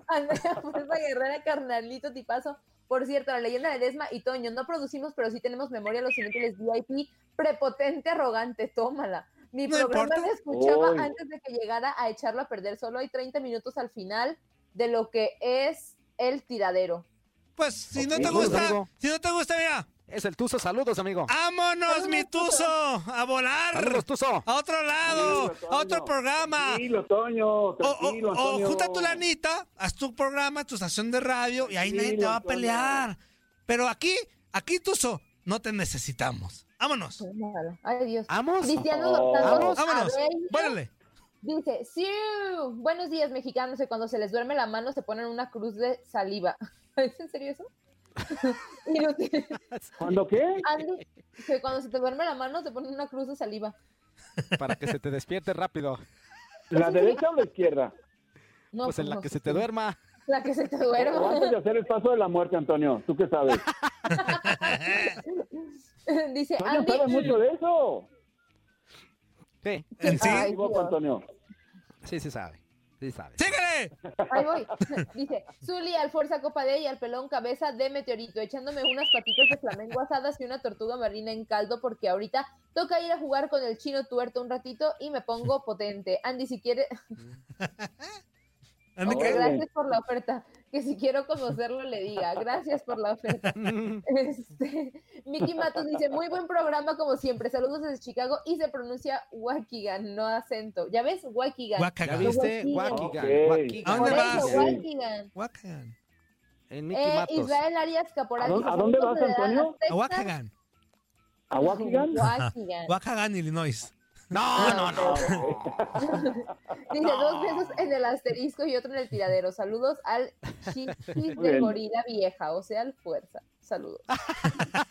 Speaker 5: Andrea Fuerza Guerrera, carnalito, tipazo. Por cierto, la leyenda de Desma y Toño, no producimos, pero sí tenemos memoria a los inútiles VIP, prepotente, arrogante, tómala. Mi
Speaker 6: No
Speaker 5: programa
Speaker 6: importa.
Speaker 5: me escuchaba
Speaker 6: Oy.
Speaker 5: antes de que llegara a echarlo a perder. Solo hay 30 minutos al final de lo que es el tiradero.
Speaker 6: Pues si no
Speaker 3: Ok,
Speaker 6: te
Speaker 3: saludos,
Speaker 6: gusta,
Speaker 3: amigo.
Speaker 6: si no te gusta, mira.
Speaker 3: Es el Tuzo, saludos, amigo.
Speaker 6: ¡Vámonos, mi Tuzo! ¡A volar!
Speaker 3: Saludos, Tuzo.
Speaker 6: ¡A otro lado!
Speaker 4: Tranquilo,
Speaker 6: ¡A otro
Speaker 4: Toño.
Speaker 6: programa!
Speaker 4: Tranquilo, Toño,
Speaker 6: O, o-
Speaker 4: tranquilo,
Speaker 6: o
Speaker 4: Antonio.
Speaker 6: junta tu lanita, haz tu programa, tu estación de radio y ahí nadie te
Speaker 4: Tranquilo,
Speaker 6: va a
Speaker 4: Antonio.
Speaker 6: pelear. Pero aquí, aquí Tuzo, no te necesitamos. ¡Vámonos!
Speaker 5: Tómala. Ay, Dios.
Speaker 3: ¿Vamos?
Speaker 5: Cristiano
Speaker 4: Oh.
Speaker 5: Los Santos
Speaker 6: ¡Vámonos!
Speaker 5: Abello
Speaker 6: ¡Vuélale!
Speaker 5: Dice, sí, buenos días mexicanos, que cuando se les duerme la mano se ponen una cruz de saliva. ¿Es en serio eso? Inútil.
Speaker 4: ¿Cuándo qué?
Speaker 5: Andy, que cuando se te duerme la mano se ponen una cruz de saliva.
Speaker 3: Para que se te despierte rápido.
Speaker 4: ¿La derecha o la izquierda?
Speaker 5: No,
Speaker 3: Pues en la
Speaker 5: no
Speaker 3: que
Speaker 5: sé.
Speaker 3: se te duerma.
Speaker 5: La que se te
Speaker 4: O
Speaker 5: duerma.
Speaker 4: antes de hacer el paso de la muerte, Antonio, ¿tú qué sabes?
Speaker 5: Dice,
Speaker 4: Toño
Speaker 5: Andy,
Speaker 4: sabe mucho de eso.
Speaker 3: Sí,
Speaker 6: ¿En sí?
Speaker 5: Ay,
Speaker 4: Me equivoco,
Speaker 5: Dios.
Speaker 4: Antonio.
Speaker 3: sí, sí sabe. Sí sabe.
Speaker 6: ¡Síguele!
Speaker 5: Ahí voy. Dice, Zuli, al Forza Copa de y al pelón cabeza de meteorito, echándome unas patitas de flamenco asadas y una tortuga marina en caldo, porque ahorita toca ir a jugar con el chino tuerto un ratito y me pongo potente. Andy, si quiere,
Speaker 6: Andy,
Speaker 5: Oh,
Speaker 6: ¿qué?
Speaker 5: gracias por la oferta. Que si quiero conocerlo, le diga. Gracias por la oferta. Este, Mickey Matos dice: Muy buen programa, como siempre. Saludos desde Chicago. Y se pronuncia Waukegan, no acento. ¿Ya ves? Waukegan.
Speaker 3: ¿Ya
Speaker 6: Guacagan.
Speaker 3: viste?
Speaker 5: Waukegan.
Speaker 3: Waukegan, Waukegan.
Speaker 4: Ok.
Speaker 6: ¿A
Speaker 5: Por
Speaker 6: dónde vas?
Speaker 5: eso,
Speaker 4: Sí.
Speaker 5: Waukegan.
Speaker 6: Guacagan.
Speaker 3: En Mickey
Speaker 5: Eh,
Speaker 3: Matos.
Speaker 5: Israel Arias Caporal.
Speaker 4: ¿A dónde-
Speaker 5: dice,
Speaker 4: a dónde
Speaker 5: "Saludos
Speaker 4: vas,
Speaker 5: desde Dallas,
Speaker 4: Antonio?
Speaker 6: A
Speaker 5: Texas".
Speaker 6: Guacagan.
Speaker 4: ¿A Waukegan?
Speaker 5: Waukegan.
Speaker 6: Guacagan, Illinois.
Speaker 3: No, no, no.
Speaker 5: Dice
Speaker 6: Ah.
Speaker 5: dos besos en el asterisco y otro en el tiradero. Saludos al chiquis de
Speaker 4: bien.
Speaker 5: gorila vieja, o sea, al fuerza. Saludos.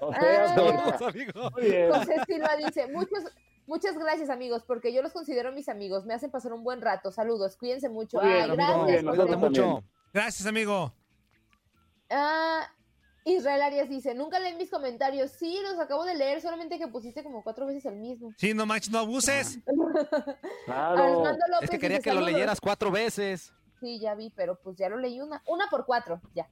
Speaker 4: O sea,
Speaker 5: No,
Speaker 4: Antonio,
Speaker 3: Saludos, amigo.
Speaker 4: muy bien.
Speaker 5: José Silva dice, muchos, muchas gracias amigos, porque yo los considero mis amigos, me hacen pasar un buen rato, saludos, cuídense mucho.
Speaker 4: Muy bien,
Speaker 5: Ay,
Speaker 4: amigo,
Speaker 5: gracias.
Speaker 4: muy bien,
Speaker 5: José.
Speaker 3: Cuídate
Speaker 4: nosotros
Speaker 3: mucho.
Speaker 6: Gracias, amigo.
Speaker 5: Ah, Israel Arias dice, nunca leen mis comentarios, sí, los acabo de leer, solamente que pusiste como cuatro veces el mismo.
Speaker 6: Sí, no manches, no abuses.
Speaker 4: Claro.
Speaker 5: Armando López
Speaker 6: pues,
Speaker 3: Es que quería
Speaker 5: dice,
Speaker 3: que lo
Speaker 5: "Saludos".
Speaker 3: leyeras cuatro veces.
Speaker 5: Sí, ya vi, pero pues ya lo leí una, una por cuatro, ya.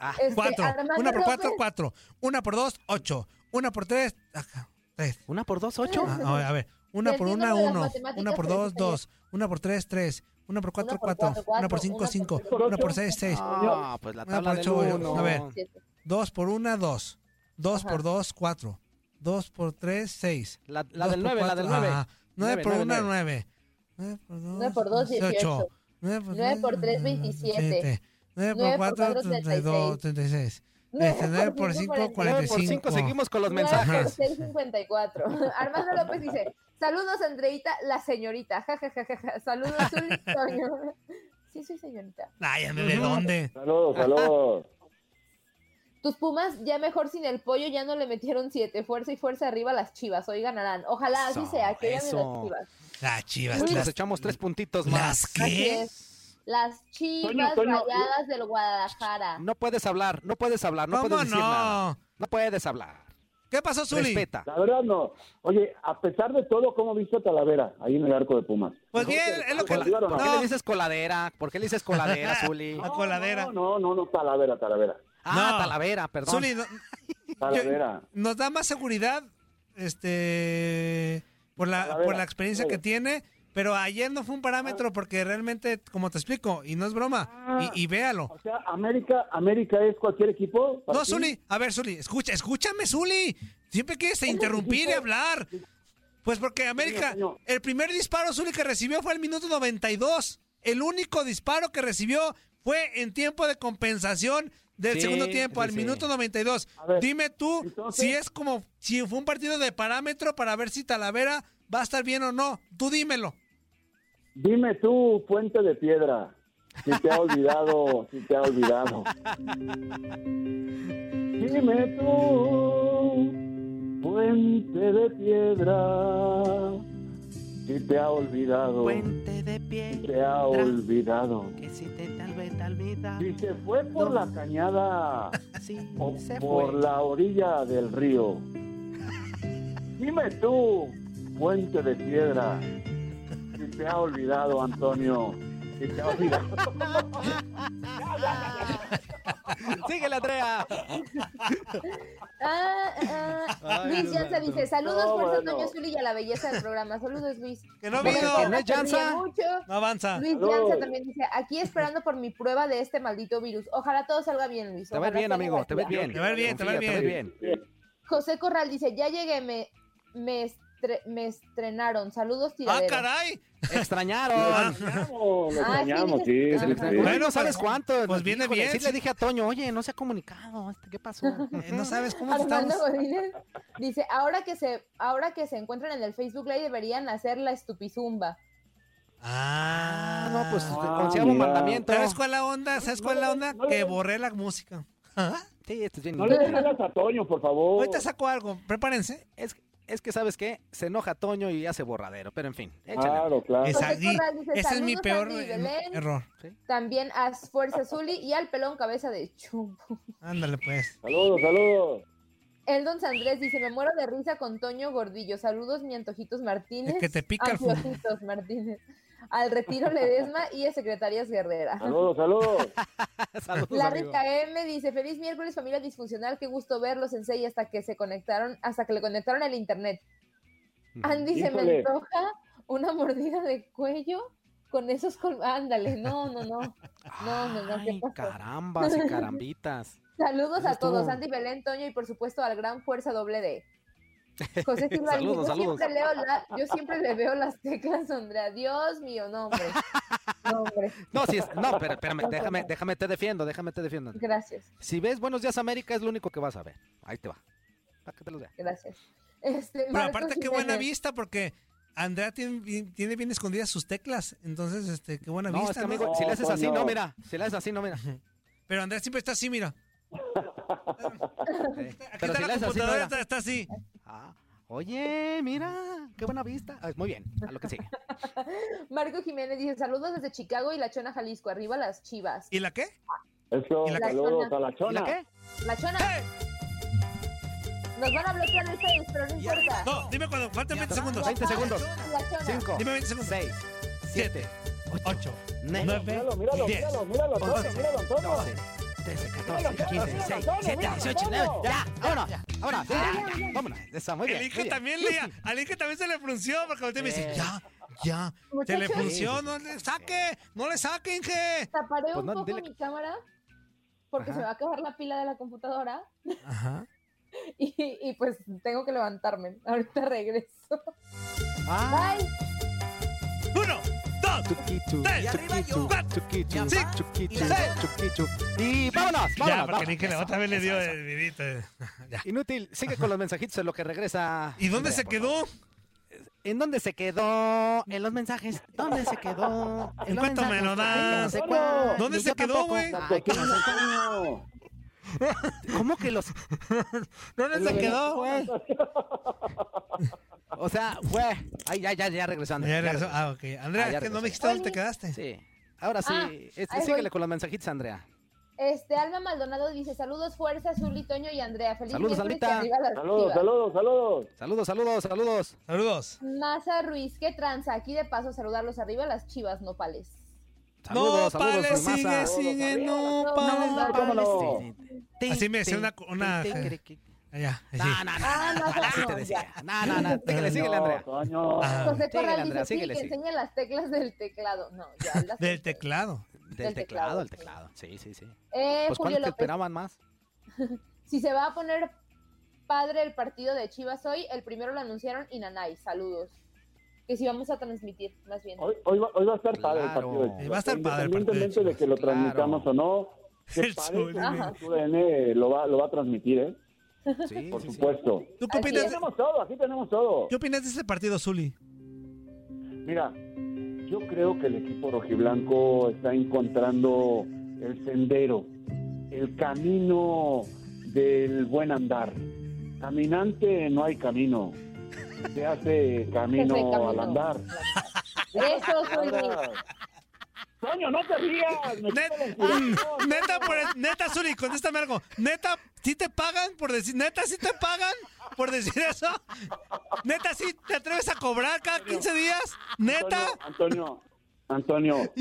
Speaker 3: Ah,
Speaker 5: Este,
Speaker 6: Cuatro.
Speaker 5: Armando
Speaker 6: Una por cuatro,
Speaker 5: López-
Speaker 6: cuatro. Una por dos, ocho. Una por tres, ajá, tres.
Speaker 3: ¿Una por dos, ocho?
Speaker 6: Ah, a ver, a ver. Una
Speaker 5: Del
Speaker 6: por
Speaker 5: libro
Speaker 6: una,
Speaker 5: de las
Speaker 6: uno.
Speaker 5: matemáticas
Speaker 6: Una por
Speaker 5: que
Speaker 6: dos,
Speaker 5: dice ayer.
Speaker 6: dos. Una por tres, tres. Una por cuatro,
Speaker 5: Una por
Speaker 6: cuatro.
Speaker 5: cuatro,
Speaker 6: Una por
Speaker 5: cuatro,
Speaker 6: cinco,
Speaker 5: una
Speaker 6: cinco.
Speaker 5: por
Speaker 4: ocho.
Speaker 6: Una por seis, seis.
Speaker 3: Ah, pues la
Speaker 6: Una
Speaker 3: tabla
Speaker 6: por
Speaker 3: del
Speaker 6: ocho, voy yo.
Speaker 3: uno.
Speaker 6: A ver.
Speaker 5: Sí, sí.
Speaker 6: Dos por una, dos. Dos
Speaker 5: Ajá.
Speaker 6: por dos, cuatro. Dos por tres, seis.
Speaker 3: La, la
Speaker 6: Dos
Speaker 3: del
Speaker 6: por
Speaker 3: nueve, la
Speaker 6: cuatro,
Speaker 3: del nueve.
Speaker 6: ajá. Nueve
Speaker 3: Nueve,
Speaker 6: por
Speaker 3: nueve,
Speaker 6: una, nueve. Nueve
Speaker 5: Nueve por dos, dieciocho. Nueve por tres, veintisiete.
Speaker 6: Nueve por
Speaker 5: Nueve por
Speaker 6: cuatro,
Speaker 5: cuatro,
Speaker 6: treinta y dos, treinta y seis. Este, nueve por cinco,
Speaker 5: cuarenta y
Speaker 6: cuarenta y
Speaker 3: Nueve por cinco,
Speaker 6: cinco.
Speaker 3: seguimos con los
Speaker 5: Nueve
Speaker 3: mensajes.
Speaker 5: por seis, 54. Armando López dice, saludos Andreita, la señorita. Ja, ja, ja, ja, ja. Saludos, Zuli, Toño". Sí, soy señorita.
Speaker 6: Ay, ya me ve dónde.
Speaker 4: Saludos, saludos.
Speaker 5: Tus Pumas ya mejor sin el pollo, ya no le metieron siete. Fuerza y fuerza arriba las chivas, hoy ganarán. Ojalá así
Speaker 3: Eso,
Speaker 5: sea, que ganen las
Speaker 3: eso.
Speaker 5: chivas.
Speaker 6: Las Ah, chivas.
Speaker 5: Uy.
Speaker 3: Nos
Speaker 6: Las,
Speaker 3: echamos tres puntitos
Speaker 6: las
Speaker 3: más.
Speaker 5: Así
Speaker 6: qué?
Speaker 5: es. Las chivas
Speaker 4: Toño, Toño,
Speaker 3: eh.
Speaker 5: rayadas del Guadalajara.
Speaker 3: No puedes hablar, no puedes hablar, no
Speaker 6: ¿Cómo
Speaker 3: puedes decir nada.
Speaker 6: no?
Speaker 3: No puedes hablar.
Speaker 6: ¿Qué pasó, Zuli?
Speaker 3: Respeta.
Speaker 4: La verdad no. Oye, a pesar de todo, ¿cómo viste a Talavera ahí en el arco de Pumas?
Speaker 6: Pues bien, es lo que...
Speaker 4: ¿Por qué
Speaker 3: ¿Por qué
Speaker 6: No.
Speaker 3: le dices coladera? ¿Por qué le dices coladera, Zuli?
Speaker 6: La coladera.
Speaker 4: No, no, no, no, Talavera, Talavera.
Speaker 3: Ah,
Speaker 6: No.
Speaker 3: Talavera, perdón.
Speaker 6: Zuli, no-
Speaker 4: Talavera.
Speaker 6: nos da más seguridad este por la,
Speaker 4: Talavera,
Speaker 6: por la experiencia que
Speaker 4: Talavera.
Speaker 6: tiene, pero ayer no fue un parámetro porque realmente, como te explico, y no es broma, y, y véalo.
Speaker 4: O sea, América, América es cualquier equipo. para
Speaker 6: No,
Speaker 4: ti?
Speaker 6: Zuli, a ver, Zuli, escucha, escúchame, Zuli. Siempre quieres interrumpir y hablar. Pues porque América,
Speaker 4: Toño.
Speaker 6: el primer disparo, Zuli, que recibió fue al minuto 92. El único disparo que recibió fue en tiempo de compensación del
Speaker 3: Sí,
Speaker 6: segundo tiempo,
Speaker 3: sí,
Speaker 6: al
Speaker 3: sí.
Speaker 6: minuto 92.
Speaker 4: A ver,
Speaker 6: Dime tú
Speaker 4: entonces-
Speaker 6: si es como, si fue un partido de parámetro para ver si Talavera va a estar bien o no. Tú dímelo.
Speaker 4: Dime tú, puente de piedra, si te ha olvidado, si te ha olvidado. Dime tú, puente de piedra, si te ha olvidado,
Speaker 8: de
Speaker 4: si
Speaker 8: pie,
Speaker 4: te ha olvidado.
Speaker 8: que si te tal vez te olvida,
Speaker 4: Si se fue por la cañada
Speaker 8: sí,
Speaker 4: o por la orilla del río. Dime tú, puente de piedra, si te ha olvidado, Antonio, si te ha olvidado.
Speaker 3: Síguele, Andrea.
Speaker 5: Ah, ah, ah.
Speaker 3: Ay,
Speaker 5: Luis
Speaker 3: Dios
Speaker 5: Llanza
Speaker 3: santo.
Speaker 5: dice, saludos
Speaker 3: No,
Speaker 5: por
Speaker 3: bueno.
Speaker 5: Antonio Zuli y a la belleza del programa. Saludos, Luis.
Speaker 6: Que no
Speaker 5: Bueno,
Speaker 6: vino.
Speaker 5: que no
Speaker 6: ¿Es
Speaker 5: te ríe
Speaker 6: Llanza?
Speaker 5: mucho.
Speaker 6: No avanza.
Speaker 5: Luis
Speaker 6: Saludos.
Speaker 5: Llanza también dice, aquí esperando por mi prueba de este maldito virus. Ojalá todo salga bien, Luis.
Speaker 3: Te ves
Speaker 5: Ojalá
Speaker 3: bien,
Speaker 5: sea
Speaker 3: amigo. Te ves
Speaker 5: negativa.
Speaker 3: bien.
Speaker 6: Te ves bien, te ves
Speaker 3: Confía,
Speaker 6: bien.
Speaker 5: José Corral dice, ya llegué, me, me, estre- me estrenaron. Saludos, tiradero.
Speaker 6: Ah, caray!
Speaker 3: Extrañaron.
Speaker 4: Lo extrañamos, sí.
Speaker 5: dices-
Speaker 4: sí,
Speaker 5: Ah,
Speaker 4: sí.
Speaker 3: Bueno, ¿sabes cuánto?
Speaker 6: Pues viene
Speaker 3: Híjole,
Speaker 6: bien.
Speaker 3: Sí,
Speaker 6: sí.
Speaker 3: le dije a Toño, oye, no se ha comunicado. este, ¿Qué pasó?
Speaker 6: Eh, no sabes cómo
Speaker 5: Armando
Speaker 6: estamos.
Speaker 5: Godínez dice, ahora que se, ahora que se encuentran en el Facebook Live deberían hacer la estupizumba.
Speaker 6: Ah,
Speaker 3: Ah, no, pues
Speaker 4: Ah,
Speaker 3: consideramos un
Speaker 4: mira.
Speaker 3: mandamiento.
Speaker 6: ¿Sabes cuál es la onda? ¿Sabes cuál es la onda?
Speaker 4: no le-
Speaker 6: Que borré la música. Ajá.
Speaker 3: Sí, esto es bien
Speaker 4: No le
Speaker 3: inútil.
Speaker 4: digas a Toño, por favor.
Speaker 6: Ahorita saco algo, prepárense.
Speaker 3: Es, es que, ¿sabes qué? Se enoja Toño y hace borradero, pero en
Speaker 5: Ah,
Speaker 3: fin, échale.
Speaker 4: Claro, claro.
Speaker 6: Esa-
Speaker 5: José
Speaker 6: y-
Speaker 5: Corral dice,
Speaker 6: ese es mi
Speaker 5: "Saludos,
Speaker 6: peor
Speaker 5: Andy y
Speaker 6: eh,
Speaker 5: Belén".
Speaker 6: error.
Speaker 5: También a Fuerza Zuli y al pelón cabeza de chumbo.
Speaker 6: Ándale, pues.
Speaker 4: Saludos, saludos.
Speaker 5: El don Andrés dice, me muero de risa con Toño Gordillo. Saludos, mi Antojitos Martínez.
Speaker 6: El que te pica el fu-
Speaker 5: Antojitos Martínez. Al Retiro Ledesma y a Secretarias Guerrera.
Speaker 4: Saludos, saludos.
Speaker 3: Saludos,
Speaker 5: La
Speaker 3: Ah, pues, amigo.
Speaker 5: rica M dice, feliz miércoles familia disfuncional, qué gusto verlos en seis hasta que se conectaron, hasta que le conectaron al internet. Andy se me
Speaker 4: Híjole.
Speaker 5: antoja una mordida de cuello con esos col- ándale, no, no, no. No, no, no, ¿qué
Speaker 3: Ay,
Speaker 5: pasó?
Speaker 3: carambas y carambitas.
Speaker 5: Saludos a
Speaker 3: Estuvo-
Speaker 5: todos, Andy Belén, Toño y por supuesto al gran fuerza doble D. José Silva, dice,
Speaker 3: Saludos,
Speaker 5: yo,
Speaker 3: saludos.
Speaker 5: Siempre leo la- yo siempre le veo las teclas, Andrea. Dios mío, no, hombre. No, hombre.
Speaker 3: No, sí, es- no, pero espérame, déjame, déjame, te defiendo, déjame, te defiendo.
Speaker 5: Gracias.
Speaker 3: Si ves Buenos Días América, es lo único que vas a ver. Ahí te va. Para que te los vea.
Speaker 5: Gracias. Este,
Speaker 6: Pero aparte, qué buena
Speaker 5: vida.
Speaker 6: vista, porque Andrea tiene bien, tiene bien escondidas sus teclas. Entonces, este, qué buena
Speaker 3: No,
Speaker 6: vista.
Speaker 3: es que
Speaker 6: ¿no?
Speaker 3: amigo, si le haces así,
Speaker 4: Toño.
Speaker 3: no, mira. Si le haces así, no, mira.
Speaker 6: Pero Andrea siempre está así, mira.
Speaker 3: Eh,
Speaker 6: Aquí
Speaker 3: Pero
Speaker 6: está
Speaker 3: si le
Speaker 6: la
Speaker 3: haces así, no,
Speaker 6: computadora,
Speaker 3: mira.
Speaker 6: está, está así.
Speaker 3: Ah, oye, mira, qué buena vista. Ah, muy bien, a lo que sigue.
Speaker 5: Marco Jiménez dice, saludos desde Chicago y La Chona, Jalisco. Arriba las chivas.
Speaker 6: ¿Y la qué?
Speaker 4: Eso,
Speaker 6: ¿Y la
Speaker 4: saludos
Speaker 5: chona?
Speaker 4: a la
Speaker 3: ¿Y
Speaker 4: chona.
Speaker 3: la qué?
Speaker 5: La Chona.
Speaker 3: Ah.
Speaker 5: Nos van a bloquear el Face, pero no importa.
Speaker 6: No, dime cuando. Faltan 20 segundos.
Speaker 3: 20 segundos.
Speaker 5: La Chona.
Speaker 3: 5,
Speaker 6: Dime 20 segundos.
Speaker 3: 6, 7,
Speaker 6: 8,
Speaker 3: 9,
Speaker 4: Míralo,
Speaker 6: 9,
Speaker 4: míralo,
Speaker 6: 10.
Speaker 4: míralo, míralo, Toño, míralo, Antonio.
Speaker 3: 12, 13, 14, 15, 16, 17, 18, 19. Ya, vámonos, vámonos, ya, ya, vámonos. Está muy bien.
Speaker 6: El
Speaker 3: muy
Speaker 6: Inge
Speaker 3: bien.
Speaker 6: también leía. Al Inge también se le frunció porque ahorita me dice,
Speaker 3: Eh.
Speaker 6: ya, ya. Se le
Speaker 5: Muchachos.
Speaker 6: frunció, no le saque, no le saque, Inge.
Speaker 5: Taparé
Speaker 3: Pues
Speaker 5: un
Speaker 3: no,
Speaker 5: poco
Speaker 3: dile-
Speaker 5: mi cámara porque
Speaker 3: Ajá.
Speaker 5: se me va a acabar la pila de la computadora
Speaker 6: Ajá.
Speaker 5: y, y pues tengo que levantarme. Ahorita regreso.
Speaker 3: Ah,
Speaker 5: Bye.
Speaker 6: Uno, dos,
Speaker 3: Chuquichu,
Speaker 6: Tres.
Speaker 3: chuquichu,
Speaker 6: Cuatro.
Speaker 3: chuquichu,
Speaker 6: Sí.
Speaker 3: chuquichu,
Speaker 6: Seis.
Speaker 3: chuquichu. Y vámonos, vámonos.
Speaker 6: Ya, porque ni
Speaker 3: vámonos.
Speaker 6: que la
Speaker 3: Eso,
Speaker 6: otra vez le
Speaker 3: eso,
Speaker 6: dio
Speaker 3: eso.
Speaker 6: el vidito. eh. Ya.
Speaker 3: Inútil, sigue con los mensajitos en lo que regresa.
Speaker 6: ¿Y dónde
Speaker 3: Andrea,
Speaker 6: se
Speaker 3: por favor.
Speaker 6: quedó?
Speaker 3: ¿En dónde se quedó? En los mensajes. ¿Dónde se quedó? En los
Speaker 6: cuánto me
Speaker 3: mensajes.
Speaker 6: lo
Speaker 3: Ay, que no sé
Speaker 4: das?
Speaker 3: cuál.
Speaker 6: ¿Dónde
Speaker 3: Ni
Speaker 6: se
Speaker 3: yo
Speaker 6: quedó,
Speaker 3: tampoco.
Speaker 6: güey?
Speaker 3: Ay, que no sé cuál.
Speaker 4: Toño.
Speaker 3: ¿Cómo que los.?
Speaker 6: ¿Dónde se quedó?
Speaker 3: güey? O sea, güey. Ay, ya, ya, ya regresando.
Speaker 6: Ya regresó. Ah, ok. Andrea,
Speaker 3: Ah, ya
Speaker 6: es que
Speaker 3: regresó.
Speaker 6: no me dijiste dónde te
Speaker 5: Oye.
Speaker 6: quedaste.
Speaker 3: Sí. Ahora sí.
Speaker 5: Ah,
Speaker 3: este,
Speaker 5: ahí voy.
Speaker 3: síguele con los mensajitos, Andrea.
Speaker 5: Este, Alma Maldonado dice, saludos, fuerza, Zuli, Toño y Andrea. Feliz
Speaker 3: Saludos,
Speaker 5: miércoles y
Speaker 3: Almita.
Speaker 5: arriba las
Speaker 4: Saludos,
Speaker 5: chivas.
Speaker 4: saludos, saludos.
Speaker 3: Saludos, saludos, saludos.
Speaker 6: Saludos.
Speaker 5: Maza Ruiz, qué tranza. Aquí de paso saludarlos arriba las chivas nopales.
Speaker 6: No,
Speaker 3: Saludos, saludos,
Speaker 6: pale,
Speaker 3: Masa.
Speaker 6: sigue,
Speaker 4: Ah,
Speaker 6: sigue, no,
Speaker 5: No,
Speaker 6: pale.
Speaker 5: no,
Speaker 3: No,
Speaker 4: vámonos.
Speaker 3: vámonos.
Speaker 6: Así me decía una- una-
Speaker 3: No,
Speaker 6: Allá, allí.
Speaker 3: no, no.
Speaker 5: Ah, no,
Speaker 3: no, Así
Speaker 5: no,
Speaker 3: te
Speaker 5: ya.
Speaker 3: decía. No, no, no. Síguele, síguele,
Speaker 4: No,
Speaker 3: Andrea.
Speaker 4: Toño.
Speaker 6: Ah,
Speaker 5: José
Speaker 3: síguele,
Speaker 5: Corral
Speaker 3: Andrea,
Speaker 5: dice, sí,
Speaker 3: síguele,
Speaker 5: que
Speaker 3: síguele.
Speaker 5: enseña las teclas del teclado. No, ya. las-
Speaker 6: Del teclado.
Speaker 3: Del teclado, el teclado. Sí, sí, sí.
Speaker 5: Eh,
Speaker 3: Pues
Speaker 5: Julio
Speaker 3: ¿cuántos te
Speaker 5: López,
Speaker 3: esperaban más?
Speaker 5: si se va a poner padre el partido de Chivas hoy, el primero lo anunciaron y Nanay, saludos. Que si vamos a transmitir, más bien.
Speaker 4: Hoy, hoy va, hoy va a estar padre el partido. de
Speaker 3: Claro.
Speaker 4: Chivas.
Speaker 6: Va a estar padre el partido de
Speaker 4: Independientemente de,
Speaker 6: Chivas.
Speaker 4: que lo
Speaker 3: Claro.
Speaker 4: transmitamos o no, que
Speaker 6: El
Speaker 4: padre
Speaker 6: Zuli.
Speaker 5: Ajá.
Speaker 4: que UDN lo va, lo va a transmitir, ¿eh?
Speaker 3: Sí,
Speaker 4: Por
Speaker 3: sí, sí.
Speaker 4: supuesto.
Speaker 6: ¿Tú
Speaker 5: Así
Speaker 6: qué
Speaker 4: Aquí
Speaker 6: opinas?
Speaker 5: es.
Speaker 4: tenemos todo, aquí tenemos todo.
Speaker 6: ¿Qué opinas de ese partido, Zuli?
Speaker 4: Mira, yo creo que el equipo rojiblanco está encontrando el sendero, el camino del buen andar. Caminante no hay camino, se hace camino,
Speaker 5: Se hace camino.
Speaker 4: al andar.
Speaker 5: Eso, Zuli.
Speaker 4: Toño, no te rías. me
Speaker 6: Net-
Speaker 4: quita la
Speaker 6: Mm,
Speaker 4: inspiración.
Speaker 6: neta, por el- neta, Zuli, contéstame algo. Neta, ¿sí te pagan por decir, neta, sí te pagan por decir eso? Neta, ¿sí te atreves a cobrar cada 15 días? Neta.
Speaker 4: Antonio, Antonio, Antonio,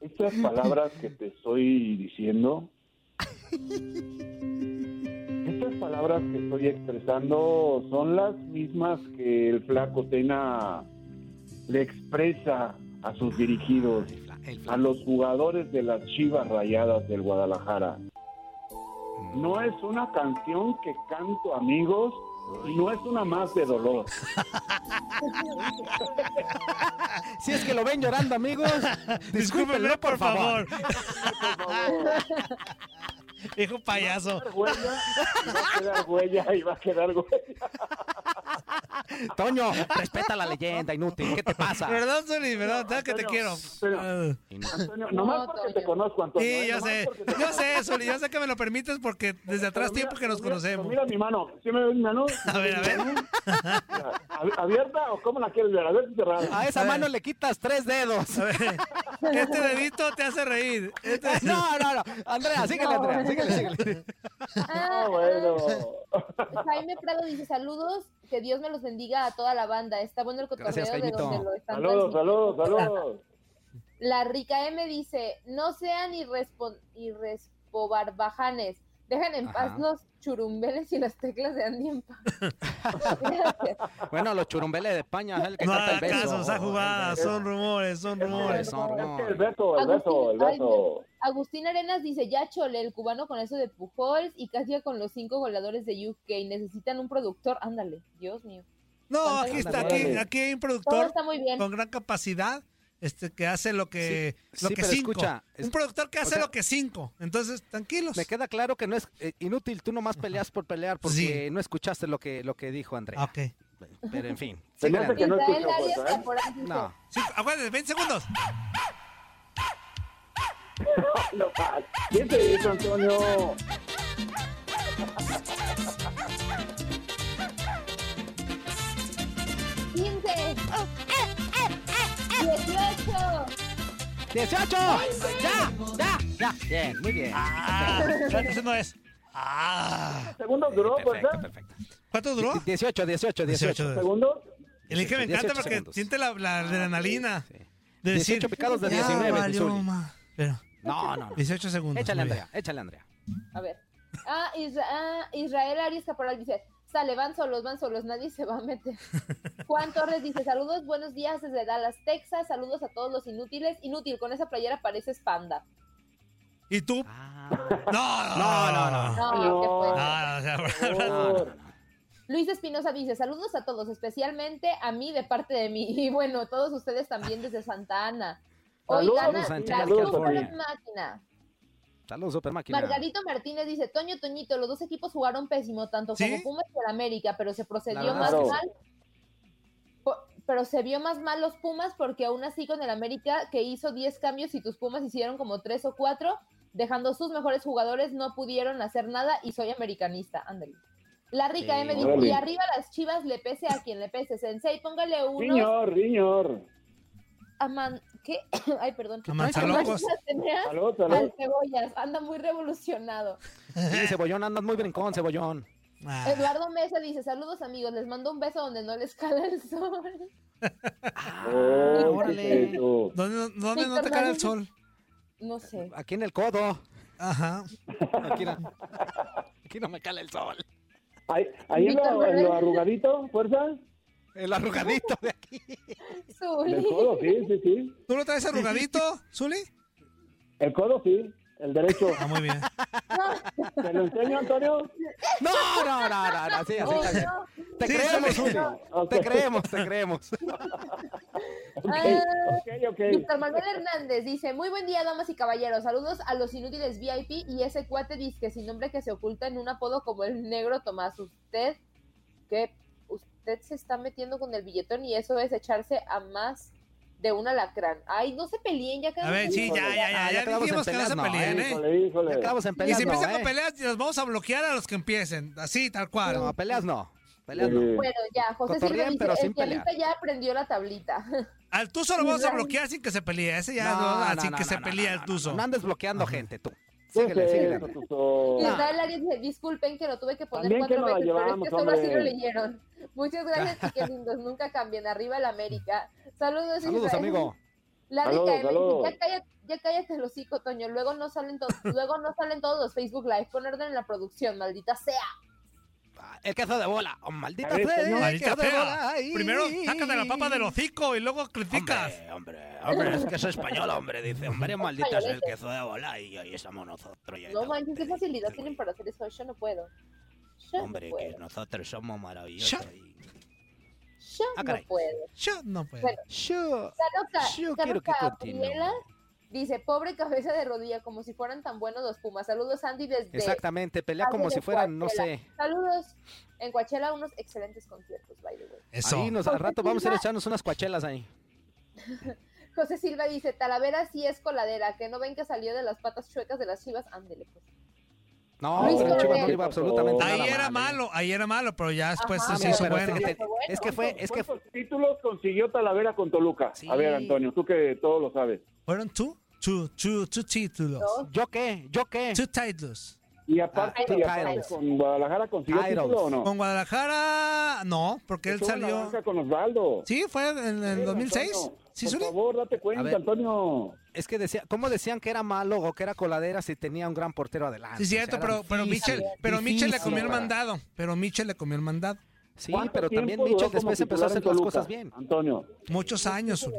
Speaker 4: estas palabras que te estoy diciendo palabras que estoy expresando son las mismas que el flaco Tena le expresa a sus dirigidos, a los jugadores de las Chivas Rayadas del Guadalajara. No es una canción que canto amigos y no es una más de dolor.
Speaker 3: Si es que lo ven llorando, amigos, discúlpenlo, por favor.
Speaker 6: Hijo payaso.
Speaker 4: Va a quedar huella y va a quedar huella.
Speaker 3: Toño, respeta la leyenda, inútil. ¿Qué te pasa?
Speaker 6: Perdón, Zuli, perdón, sabes que te quiero.
Speaker 4: Antonio, nomás porque te conozco, Antonio.
Speaker 6: Sí,
Speaker 4: ¿eh?
Speaker 6: yo
Speaker 4: Nomás
Speaker 6: sé.
Speaker 4: porque te-
Speaker 6: Yo sé, Zuli, yo sé que me lo permites porque desde atrás tiempo que nos conocemos.
Speaker 4: Mira mi mano. ¿Sí me ves mi mano?
Speaker 6: A ver, a ver.
Speaker 4: ¿Ab- ¿Abierta o cómo la quieres ver? A ver si cerrada.
Speaker 3: A esa mano le quitas tres dedos.
Speaker 6: Este dedito te hace reír. Este-
Speaker 3: No, no, no. Andrea, síguele, Andrea, síguele, síguele.
Speaker 5: Ah,
Speaker 4: Ah, bueno.
Speaker 5: Jaime Prado dice saludos, que Dios me los bendiga a toda la banda. Está bueno el cotorreo
Speaker 3: Gracias,
Speaker 5: de
Speaker 3: Jaimito.
Speaker 5: donde lo están
Speaker 4: Saludos,
Speaker 5: transmitiendo.
Speaker 4: saludos, saludos.
Speaker 5: La rica M dice, no sean irrespon- irrespobarbajanes. Dejen en
Speaker 3: Ajá.
Speaker 5: paz los churumbeles y las teclas de Andy en paz. Gracias.
Speaker 3: Bueno, los churumbeles de España, es el que
Speaker 6: No
Speaker 3: canta el
Speaker 6: hagas
Speaker 3: beso.
Speaker 6: caso, esa jugada. Son rumores, son rumores.
Speaker 4: Es que el beso, el beso,
Speaker 5: Agustín,
Speaker 4: el
Speaker 5: ay,
Speaker 4: beso.
Speaker 5: Agustín Arenas dice, ya chole el cubano con eso de Pujols y casi con los cinco goleadores de UK. Necesitan un productor. Ándale, Dios mío.
Speaker 6: No, aquí está, aquí, aquí hay un
Speaker 5: Todo
Speaker 6: productor
Speaker 5: está muy bien.
Speaker 6: con gran capacidad este, que hace lo que,
Speaker 3: Sí,
Speaker 6: lo
Speaker 3: sí,
Speaker 6: que
Speaker 3: pero
Speaker 6: cinco.
Speaker 3: escucha, es-
Speaker 6: un productor que
Speaker 3: o
Speaker 6: hace
Speaker 3: sea-
Speaker 6: lo que cinco. Entonces, tranquilos.
Speaker 3: Me queda claro que no es eh, inútil, tú nomás peleas por pelear porque
Speaker 6: Sí.
Speaker 3: no escuchaste lo que, lo que dijo Andrea.
Speaker 6: Ah, Ok.
Speaker 3: Pero en fin,
Speaker 4: Se me
Speaker 3: síguele,
Speaker 4: hace que
Speaker 3: Andrea.
Speaker 4: no
Speaker 5: Israel
Speaker 4: escucho,
Speaker 5: Arias
Speaker 4: pues, ¿eh?
Speaker 5: Caporán dice,
Speaker 3: No,
Speaker 6: Sí, aguántate, 20 segundos.
Speaker 4: No, pa- ¿Quién te hizo, Antonio?
Speaker 5: ¡Quince! ¡Dieciocho!
Speaker 3: 18. Ya, ya, ya. Bien, muy bien.
Speaker 6: Ah, espérate, ese no es. Ah.
Speaker 4: ¿Segundo duró, pues,
Speaker 3: Perfecto,
Speaker 4: eh?
Speaker 3: perfecto.
Speaker 6: ¿Cuánto duró?
Speaker 3: 18, 18,
Speaker 6: Pues,
Speaker 3: 18.
Speaker 4: ¿Segundo?
Speaker 6: El que me encanta
Speaker 3: 18
Speaker 6: porque
Speaker 3: segundos. Ah,
Speaker 6: siente la, la adrenalina.
Speaker 3: Sí, sí.
Speaker 6: De
Speaker 3: 18 picados de 19,
Speaker 6: eh, "Ya valió,
Speaker 3: Zuli".
Speaker 6: ma". Pero,
Speaker 3: No, no, no.
Speaker 6: 18 segundos.
Speaker 3: Échale,
Speaker 6: muy bien.
Speaker 3: Andrea, échale, Andrea.
Speaker 5: A ver. Ah, Isra- ah, Israel Arias Caporal dice, sale, van solos, van solos, nadie se va a meter. Juan Torres dice, saludos, buenos días desde Dallas, Texas, saludos a todos los inútiles. Inútil, con esa playera pareces panda.
Speaker 6: ¿Y tú?
Speaker 3: Ah,
Speaker 6: No,
Speaker 3: No, no, no.
Speaker 5: No,
Speaker 4: No.
Speaker 5: qué fuerte.
Speaker 6: Ah, o sea,
Speaker 3: no, no, no.
Speaker 5: Luis Espinosa dice, saludos a todos, especialmente a mí de parte de mí. Y bueno, todos ustedes también desde Santa Ana. Hoy
Speaker 4: Saludos,
Speaker 5: gana
Speaker 3: Santa
Speaker 5: la
Speaker 3: Ana,
Speaker 5: Super
Speaker 3: California.
Speaker 5: Máquina.
Speaker 3: Saludos, super máquina.
Speaker 5: Margarito Martínez dice, Toño, Toñito, los dos equipos jugaron pésimo, tanto
Speaker 6: ¿Sí?
Speaker 5: como Pumas y el América, pero se
Speaker 3: La
Speaker 5: procedió
Speaker 3: verdad,
Speaker 5: más
Speaker 4: sí.
Speaker 5: mal. po- Pero se vio más mal los Pumas porque aún así con el América que hizo 10 cambios y tus Pumas hicieron como 3 o 4, dejando sus mejores jugadores, no pudieron hacer nada y soy americanista. Ándale. La rica
Speaker 3: Sí.
Speaker 5: M dice,
Speaker 4: Órale.
Speaker 5: y arriba las chivas le pese a quien le pese. Sensei, póngale uno
Speaker 4: Riñor, riñor.
Speaker 5: a man... ¿Qué? Ay, perdón.
Speaker 6: A manzalocos.
Speaker 5: Ay, tenía
Speaker 4: Saludos,
Speaker 5: Al
Speaker 4: saludos.
Speaker 5: cebollas, anda muy revolucionado.
Speaker 3: Sí, Cebollón, andas muy brincón, Cebollón.
Speaker 6: Ah,
Speaker 5: Eduardo Mesa dice, saludos amigos, les mando un beso donde no les cala el sol.
Speaker 4: Oh, ¿qué
Speaker 3: órale.
Speaker 4: es eso?
Speaker 6: ¿Dónde, no- dónde no te
Speaker 5: Víctor
Speaker 6: cae el
Speaker 5: Manuel.
Speaker 6: sol?
Speaker 5: No sé.
Speaker 3: Aquí en el codo.
Speaker 6: Ajá.
Speaker 3: Aquí no, aquí no me cala el sol.
Speaker 4: Ahí, ahí en, lo,
Speaker 5: Víctor
Speaker 4: en lo
Speaker 5: Manuel.
Speaker 4: arrugadito, fuerza.
Speaker 3: El arrugadito de aquí.
Speaker 5: Zuli.
Speaker 4: El codo, sí, sí, sí.
Speaker 6: ¿Tú lo traes arrugadito, Zuli?
Speaker 4: El codo, sí. El derecho.
Speaker 6: Ah, muy bien.
Speaker 4: ¿Te lo enseño, Antonio?
Speaker 3: No, no, no, no, no, sí, así
Speaker 5: Oh,
Speaker 3: está bien.
Speaker 5: no.
Speaker 3: Te
Speaker 6: Sí,
Speaker 3: creemos,
Speaker 6: sí, sí.
Speaker 3: Julio.
Speaker 4: Ah, Ok.
Speaker 3: Te creemos, te creemos.
Speaker 5: Ah,
Speaker 4: Ok, ok.
Speaker 5: Víctor Manuel Hernández dice, muy buen día damas y caballeros, saludos a los inútiles VIP y ese cuate disque sin nombre que se oculta en un apodo como el negro Tomás. Usted, que usted se está metiendo con el billetón y eso es echarse a más de un alacrán. Ay, no se peleen, ya
Speaker 6: A
Speaker 5: quedamos
Speaker 6: ver,
Speaker 5: en-
Speaker 6: sí, ya, ya,
Speaker 3: Ah,
Speaker 6: ya.
Speaker 3: ya
Speaker 6: Ya
Speaker 3: quedamos
Speaker 6: dijimos
Speaker 3: en
Speaker 6: que no se
Speaker 3: peleas, no,
Speaker 6: peleen, ¿eh?
Speaker 4: Híjole, híjole.
Speaker 3: Ya acabamos en
Speaker 6: Y
Speaker 3: peleas.
Speaker 6: si
Speaker 3: no,
Speaker 6: empiezan con
Speaker 3: ¿eh?
Speaker 6: peleas, los vamos a bloquear a los que empiecen. Así, tal cual.
Speaker 3: No, peleas no. Peleas no.
Speaker 4: Sí.
Speaker 5: Bueno, ya, José Silva
Speaker 3: Cotorrean,
Speaker 5: dice,
Speaker 3: pero sin
Speaker 5: el pianista ya aprendió la tablita.
Speaker 6: Al Tuzo lo vamos a bloquear sin que se pelee. Ese ya, no, sin que se
Speaker 3: no,
Speaker 6: pelee
Speaker 3: no,
Speaker 6: al
Speaker 3: no,
Speaker 6: Tuzo.
Speaker 3: No, no andes bloqueando gente, tú.
Speaker 4: ¿Qué es
Speaker 3: Síguele, síguele.
Speaker 4: eso, Tuzo?
Speaker 6: Ah,
Speaker 5: Israel Arias dice, disculpen que lo tuve que poner
Speaker 4: También que
Speaker 5: cuatro
Speaker 4: nos la
Speaker 5: veces, pero
Speaker 4: llevamos,
Speaker 5: es que solo así lo
Speaker 4: hombre.
Speaker 5: leyeron. Muchas gracias y que lindos, nunca cambien. Arriba el América. Saludos,
Speaker 3: Saludos,
Speaker 5: Israel.
Speaker 3: amigo.
Speaker 5: La rica
Speaker 4: Saludos,
Speaker 5: M dice,
Speaker 4: saludos.
Speaker 5: ya cállate, ya cállate el hocico, Toño. Luego no salen, to- luego no salen todos los Facebook Live. Pon orden en la producción, maldita sea.
Speaker 3: Ah, El queso de bola. ¡Oh, maldita
Speaker 6: A ver,
Speaker 3: sea,
Speaker 6: señor.
Speaker 3: el
Speaker 6: Maldita
Speaker 3: queso de
Speaker 6: sea.
Speaker 3: bola! ¡Ay!
Speaker 6: Primero, sácate la papa del hocico y luego criticas.
Speaker 3: Hombre, hombre, es queso español, hombre. Dice, hombre, maldita sea el queso de bola. Y ahí estamos nosotros. y ahí
Speaker 5: No manches, qué facilidad tienen para Pues. hacer eso. Yo no puedo. Yo
Speaker 3: Hombre,
Speaker 5: no puedo.
Speaker 3: que nosotros somos maravillosos.
Speaker 5: Yo
Speaker 3: Ah,
Speaker 5: no
Speaker 3: caray.
Speaker 5: puedo.
Speaker 6: Yo no puedo.
Speaker 5: Bueno,
Speaker 3: yo,
Speaker 5: Sanoca,
Speaker 3: yo quiero que continúe.
Speaker 5: Gabriela dice, pobre cabeza de rodilla, como si fueran tan buenos los Pumas. Saludos, Andy, desde...
Speaker 3: Exactamente, pelea como
Speaker 5: Andy
Speaker 3: si
Speaker 5: de
Speaker 3: fueran, no
Speaker 5: Coachella.
Speaker 3: sé.
Speaker 5: Saludos. En Coachella, unos excelentes conciertos, by the way.
Speaker 3: Ahí nos, al rato vamos a ir a echarnos unas cuachelas ahí.
Speaker 5: José Silva dice, Talavera sí es coladera, que no ven que salió de las patas chuecas de las chivas, ándele. Pues.
Speaker 3: No,
Speaker 6: Luis
Speaker 3: pero el Chivas no
Speaker 6: Correa.
Speaker 3: le iba absolutamente
Speaker 6: Ahí
Speaker 3: nada
Speaker 6: era
Speaker 3: mal, ¿eh?
Speaker 6: malo, ahí era malo, pero ya después
Speaker 3: Ajá,
Speaker 6: se hizo
Speaker 3: pero
Speaker 6: bueno.
Speaker 3: fíjate, Es que fue, es que fue-
Speaker 4: ¿Cuántos títulos consiguió Talavera con Toluca? A ver, Antonio, tú que todo lo sabes.
Speaker 6: Fueron tú, tú, tú, tú títulos.
Speaker 3: ¿Yo qué? ¿Yo qué?
Speaker 6: Two titles.
Speaker 4: Y aparte,
Speaker 3: Ah,
Speaker 4: y aparte,
Speaker 3: titles.
Speaker 4: ¿con Guadalajara consiguió
Speaker 6: Titles.
Speaker 4: título o no?
Speaker 6: Con Guadalajara, no, porque él
Speaker 4: Estuvo en la
Speaker 6: salió.
Speaker 4: banca Con Osvaldo.
Speaker 6: Sí, fue en el 2006.
Speaker 4: Antonio,
Speaker 6: Sí,
Speaker 4: por
Speaker 6: Zuli.
Speaker 4: favor, date
Speaker 3: A
Speaker 4: cuenta,
Speaker 3: ver.
Speaker 4: Antonio.
Speaker 3: Es que decía, ¿cómo decían que era malo o que era coladera si tenía un gran portero adelante?
Speaker 6: Sí,
Speaker 3: O sea,
Speaker 6: cierto,
Speaker 3: era
Speaker 6: pero, pero
Speaker 3: difícil,
Speaker 6: Mitchell, pero Mitchell le
Speaker 3: difícil
Speaker 6: comió el
Speaker 3: para-
Speaker 6: mandado. Pero Mitchell le comió el mandado.
Speaker 3: Sí,
Speaker 4: ¿Cuánto
Speaker 3: pero también
Speaker 4: tiempo
Speaker 3: Mitchell
Speaker 4: duró como
Speaker 3: después empezó a
Speaker 4: titular en
Speaker 3: hacer las
Speaker 4: Toluca,
Speaker 3: cosas bien.
Speaker 4: Antonio,
Speaker 6: Muchos años. Zuli.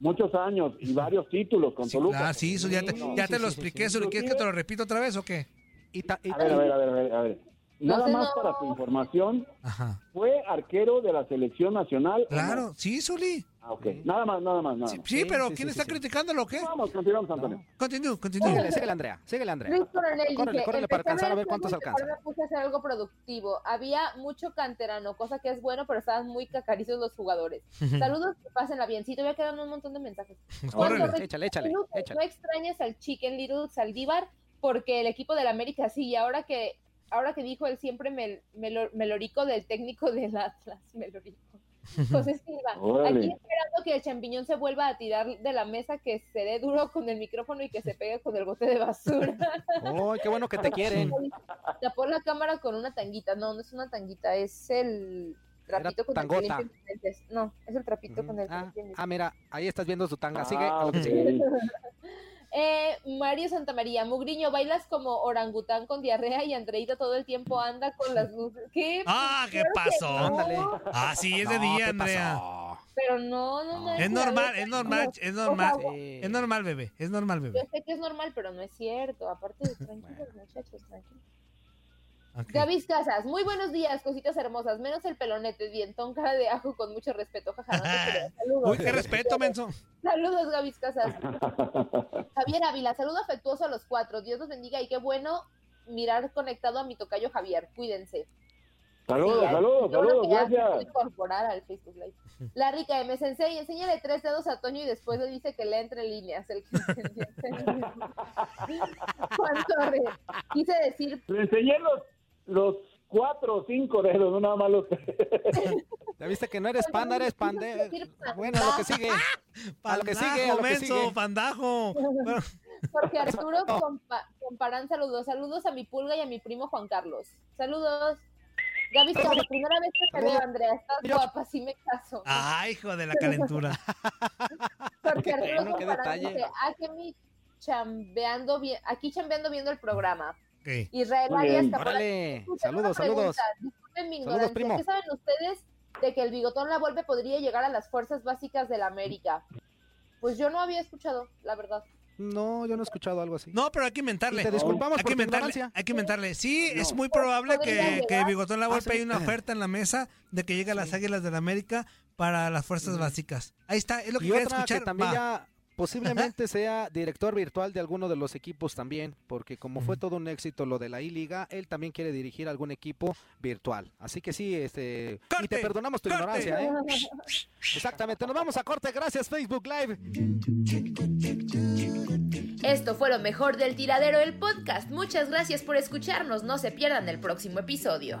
Speaker 4: muchos años y varios títulos con
Speaker 6: Sí,
Speaker 4: Toluca.
Speaker 6: ah, sí, eso ya te,
Speaker 4: No,
Speaker 6: ya te
Speaker 3: sí,
Speaker 6: lo
Speaker 3: sí, sí,
Speaker 6: expliqué,
Speaker 3: sí.
Speaker 6: Zuli. ¿Quieres que te lo repito otra vez o qué?
Speaker 3: Y ta- y
Speaker 4: A ver, a ver, a ver, a ver, a ver. Nada
Speaker 5: Entonces,
Speaker 4: más
Speaker 5: no.
Speaker 4: para tu información,
Speaker 6: Ajá.
Speaker 4: fue arquero de la selección nacional. ¿o no?
Speaker 6: Claro, sí, Zuli.
Speaker 4: Ah, ok. Nada más, nada más, nada
Speaker 6: Sí,
Speaker 4: más.
Speaker 6: sí,
Speaker 3: Sí,
Speaker 6: pero
Speaker 3: sí,
Speaker 6: ¿quién
Speaker 3: sí,
Speaker 6: está
Speaker 3: sí.
Speaker 6: criticándolo o qué?
Speaker 4: Vamos, continuamos, Antonio.
Speaker 6: Continúo, continúo.
Speaker 3: Síguele, síguele, Andrea. Síguele, Andrea.
Speaker 5: Luis Coronel
Speaker 3: Córrele,
Speaker 5: dice,
Speaker 3: córrele para
Speaker 5: "Empecé
Speaker 3: alcanzar a
Speaker 5: ver
Speaker 3: ver cuántos
Speaker 5: fútbol y
Speaker 3: alcanza.
Speaker 5: ahora me puse a hacer algo productivo. Había mucho canterano, cosa que es bueno, pero estaban muy cacarizos los jugadores. Saludos, pásenla bien. Sí, todavía quedan un montón de mensajes.
Speaker 6: Córrele.
Speaker 5: Cuando
Speaker 3: Échale, échale,
Speaker 5: Minuto, No
Speaker 3: échale.
Speaker 5: extrañas al Chicken Little Saldívar porque el equipo del América sí, y ahora que, ahora que dijo él siempre me, me lo- me lo rico del técnico del Atlas, melorico. José Silva,
Speaker 4: Órale.
Speaker 5: aquí esperando que el champiñón se vuelva a tirar de la mesa, que se dé duro con el micrófono y que se pegue con el bote de basura.
Speaker 3: ¡Oh, qué bueno que te quieren!
Speaker 5: Tapó la cámara con una tanguita, no, no es una tanguita, es el trapito
Speaker 3: Era
Speaker 5: con el que
Speaker 3: tangota.
Speaker 5: limpian mis lentes. No, es el trapito
Speaker 3: Ujú.
Speaker 5: con el que
Speaker 3: Ah,
Speaker 5: limpian mis
Speaker 3: ah, mira, ahí estás viendo su tanga. Sigue
Speaker 4: Ah,
Speaker 3: a lo que
Speaker 4: ok.
Speaker 3: sigue.
Speaker 5: Eh, Mario Santamaría, Mugriño, bailas como orangután con diarrea y Andreita todo el tiempo anda con las luces. ¿Qué?
Speaker 6: Ah, ¿qué
Speaker 5: Claro que
Speaker 6: pasó?
Speaker 5: no,
Speaker 3: Ándale.
Speaker 6: Ah, sí, es de
Speaker 3: No,
Speaker 6: día,
Speaker 3: ¿qué
Speaker 6: Andrea.
Speaker 3: pasó?
Speaker 5: Pero no, no,
Speaker 3: No.
Speaker 5: manches,
Speaker 6: Es
Speaker 5: a
Speaker 6: normal,
Speaker 5: ver,
Speaker 6: es normal,
Speaker 5: no.
Speaker 6: es normal.
Speaker 3: Sí.
Speaker 6: Es normal, bebé, es normal,
Speaker 5: Yo
Speaker 6: bebé.
Speaker 5: sé que es normal, pero no es cierto. Aparte, tranquilos, muchachos, tranquilos.
Speaker 6: Ok.
Speaker 5: Gavis Casas, muy buenos días, cositas hermosas. Menos el pelonete, dientón, cara de ajo, con mucho respeto. Jaja, no te creas. Saludos.
Speaker 6: Ah. Uy, qué respeto, menso.
Speaker 5: Saludos, Gavis Casas. Javier Ávila, saludo afectuoso a los cuatro. Dios los bendiga y qué bueno mirar conectado a mi tocayo Javier. Cuídense.
Speaker 4: Saludos,
Speaker 5: Sí,
Speaker 4: saludos,
Speaker 5: yo creo
Speaker 4: saludos,
Speaker 5: que ya se puede
Speaker 4: gracias.
Speaker 5: incorporar al Facebook Live. La rica M Sensei, enséñale tres dedos a Toño y después le dice que lea entre líneas. El que entendió, entendió. Juan Torres, quise decir
Speaker 4: Le enseñé los, los cuatro o cinco dedos, no nada más los
Speaker 3: Ya viste que no eres panda, eres pande. Bueno, a lo que sigue. A lo que sigue, a
Speaker 6: Pandajo,
Speaker 3: lo que
Speaker 6: menso,
Speaker 3: sigue.
Speaker 6: pandajo. Bueno,
Speaker 5: Jorge Arturo compa- Comparán, saludos. Saludos a mi pulga y a mi primo Juan Carlos. Saludos. Gaby, Sara, primera vez que te veo, Andrea. Estás guapa, sí me caso.
Speaker 6: Ay, hijo de la calentura.
Speaker 5: Jorge
Speaker 3: Ah, Qué
Speaker 5: Arturo
Speaker 3: bueno, qué
Speaker 5: Comparán
Speaker 3: detalle.
Speaker 5: dice, ah, que mi chambeando bien, aquí chambeando viendo el programa.
Speaker 6: Ok.
Speaker 5: Israel
Speaker 4: Muy
Speaker 5: Arias
Speaker 4: bien.
Speaker 5: Capora,
Speaker 3: Órale.
Speaker 5: Escuchen,
Speaker 3: Saludos,
Speaker 5: una pregunta.
Speaker 3: saludos.
Speaker 5: Disculpen mi
Speaker 3: Saludos,
Speaker 5: ignorancia.
Speaker 3: primo.
Speaker 5: ¿Qué saben ustedes de que el bigotón La Volpe podría llegar a las fuerzas básicas de la América? Pues yo no había escuchado, la verdad.
Speaker 3: No, yo no he escuchado algo así.
Speaker 6: No, pero hay que inventarle.
Speaker 3: Y te disculpamos
Speaker 6: hay
Speaker 3: por
Speaker 6: que
Speaker 3: tu
Speaker 6: inventarle.
Speaker 3: ignorancia.
Speaker 6: Hay que inventarle. Sí,
Speaker 4: No.
Speaker 6: es muy probable que,
Speaker 5: Podría
Speaker 6: que
Speaker 5: llegar.
Speaker 6: Bigotón La Volpe
Speaker 3: Ah, sí.
Speaker 6: hay una oferta en la mesa de que llegue a las Águilas del América para las fuerzas básicas. Ahí está, es lo que
Speaker 3: Y
Speaker 6: quería
Speaker 3: otra
Speaker 6: escuchar.
Speaker 3: que también
Speaker 6: Va.
Speaker 3: ya posiblemente sea director virtual de alguno de los equipos también, porque como fue
Speaker 6: Ujú.
Speaker 3: todo un éxito lo de la I-Liga, él también quiere dirigir algún equipo virtual. Así que sí, este... Y
Speaker 6: ¡Corte!
Speaker 3: te perdonamos tu
Speaker 6: ¡Corte!
Speaker 3: ignorancia, ¿eh? Exactamente, nos vamos a corte, gracias Facebook Live.
Speaker 2: Esto fue lo mejor del tiradero del podcast. Muchas gracias por escucharnos. No se pierdan el próximo episodio.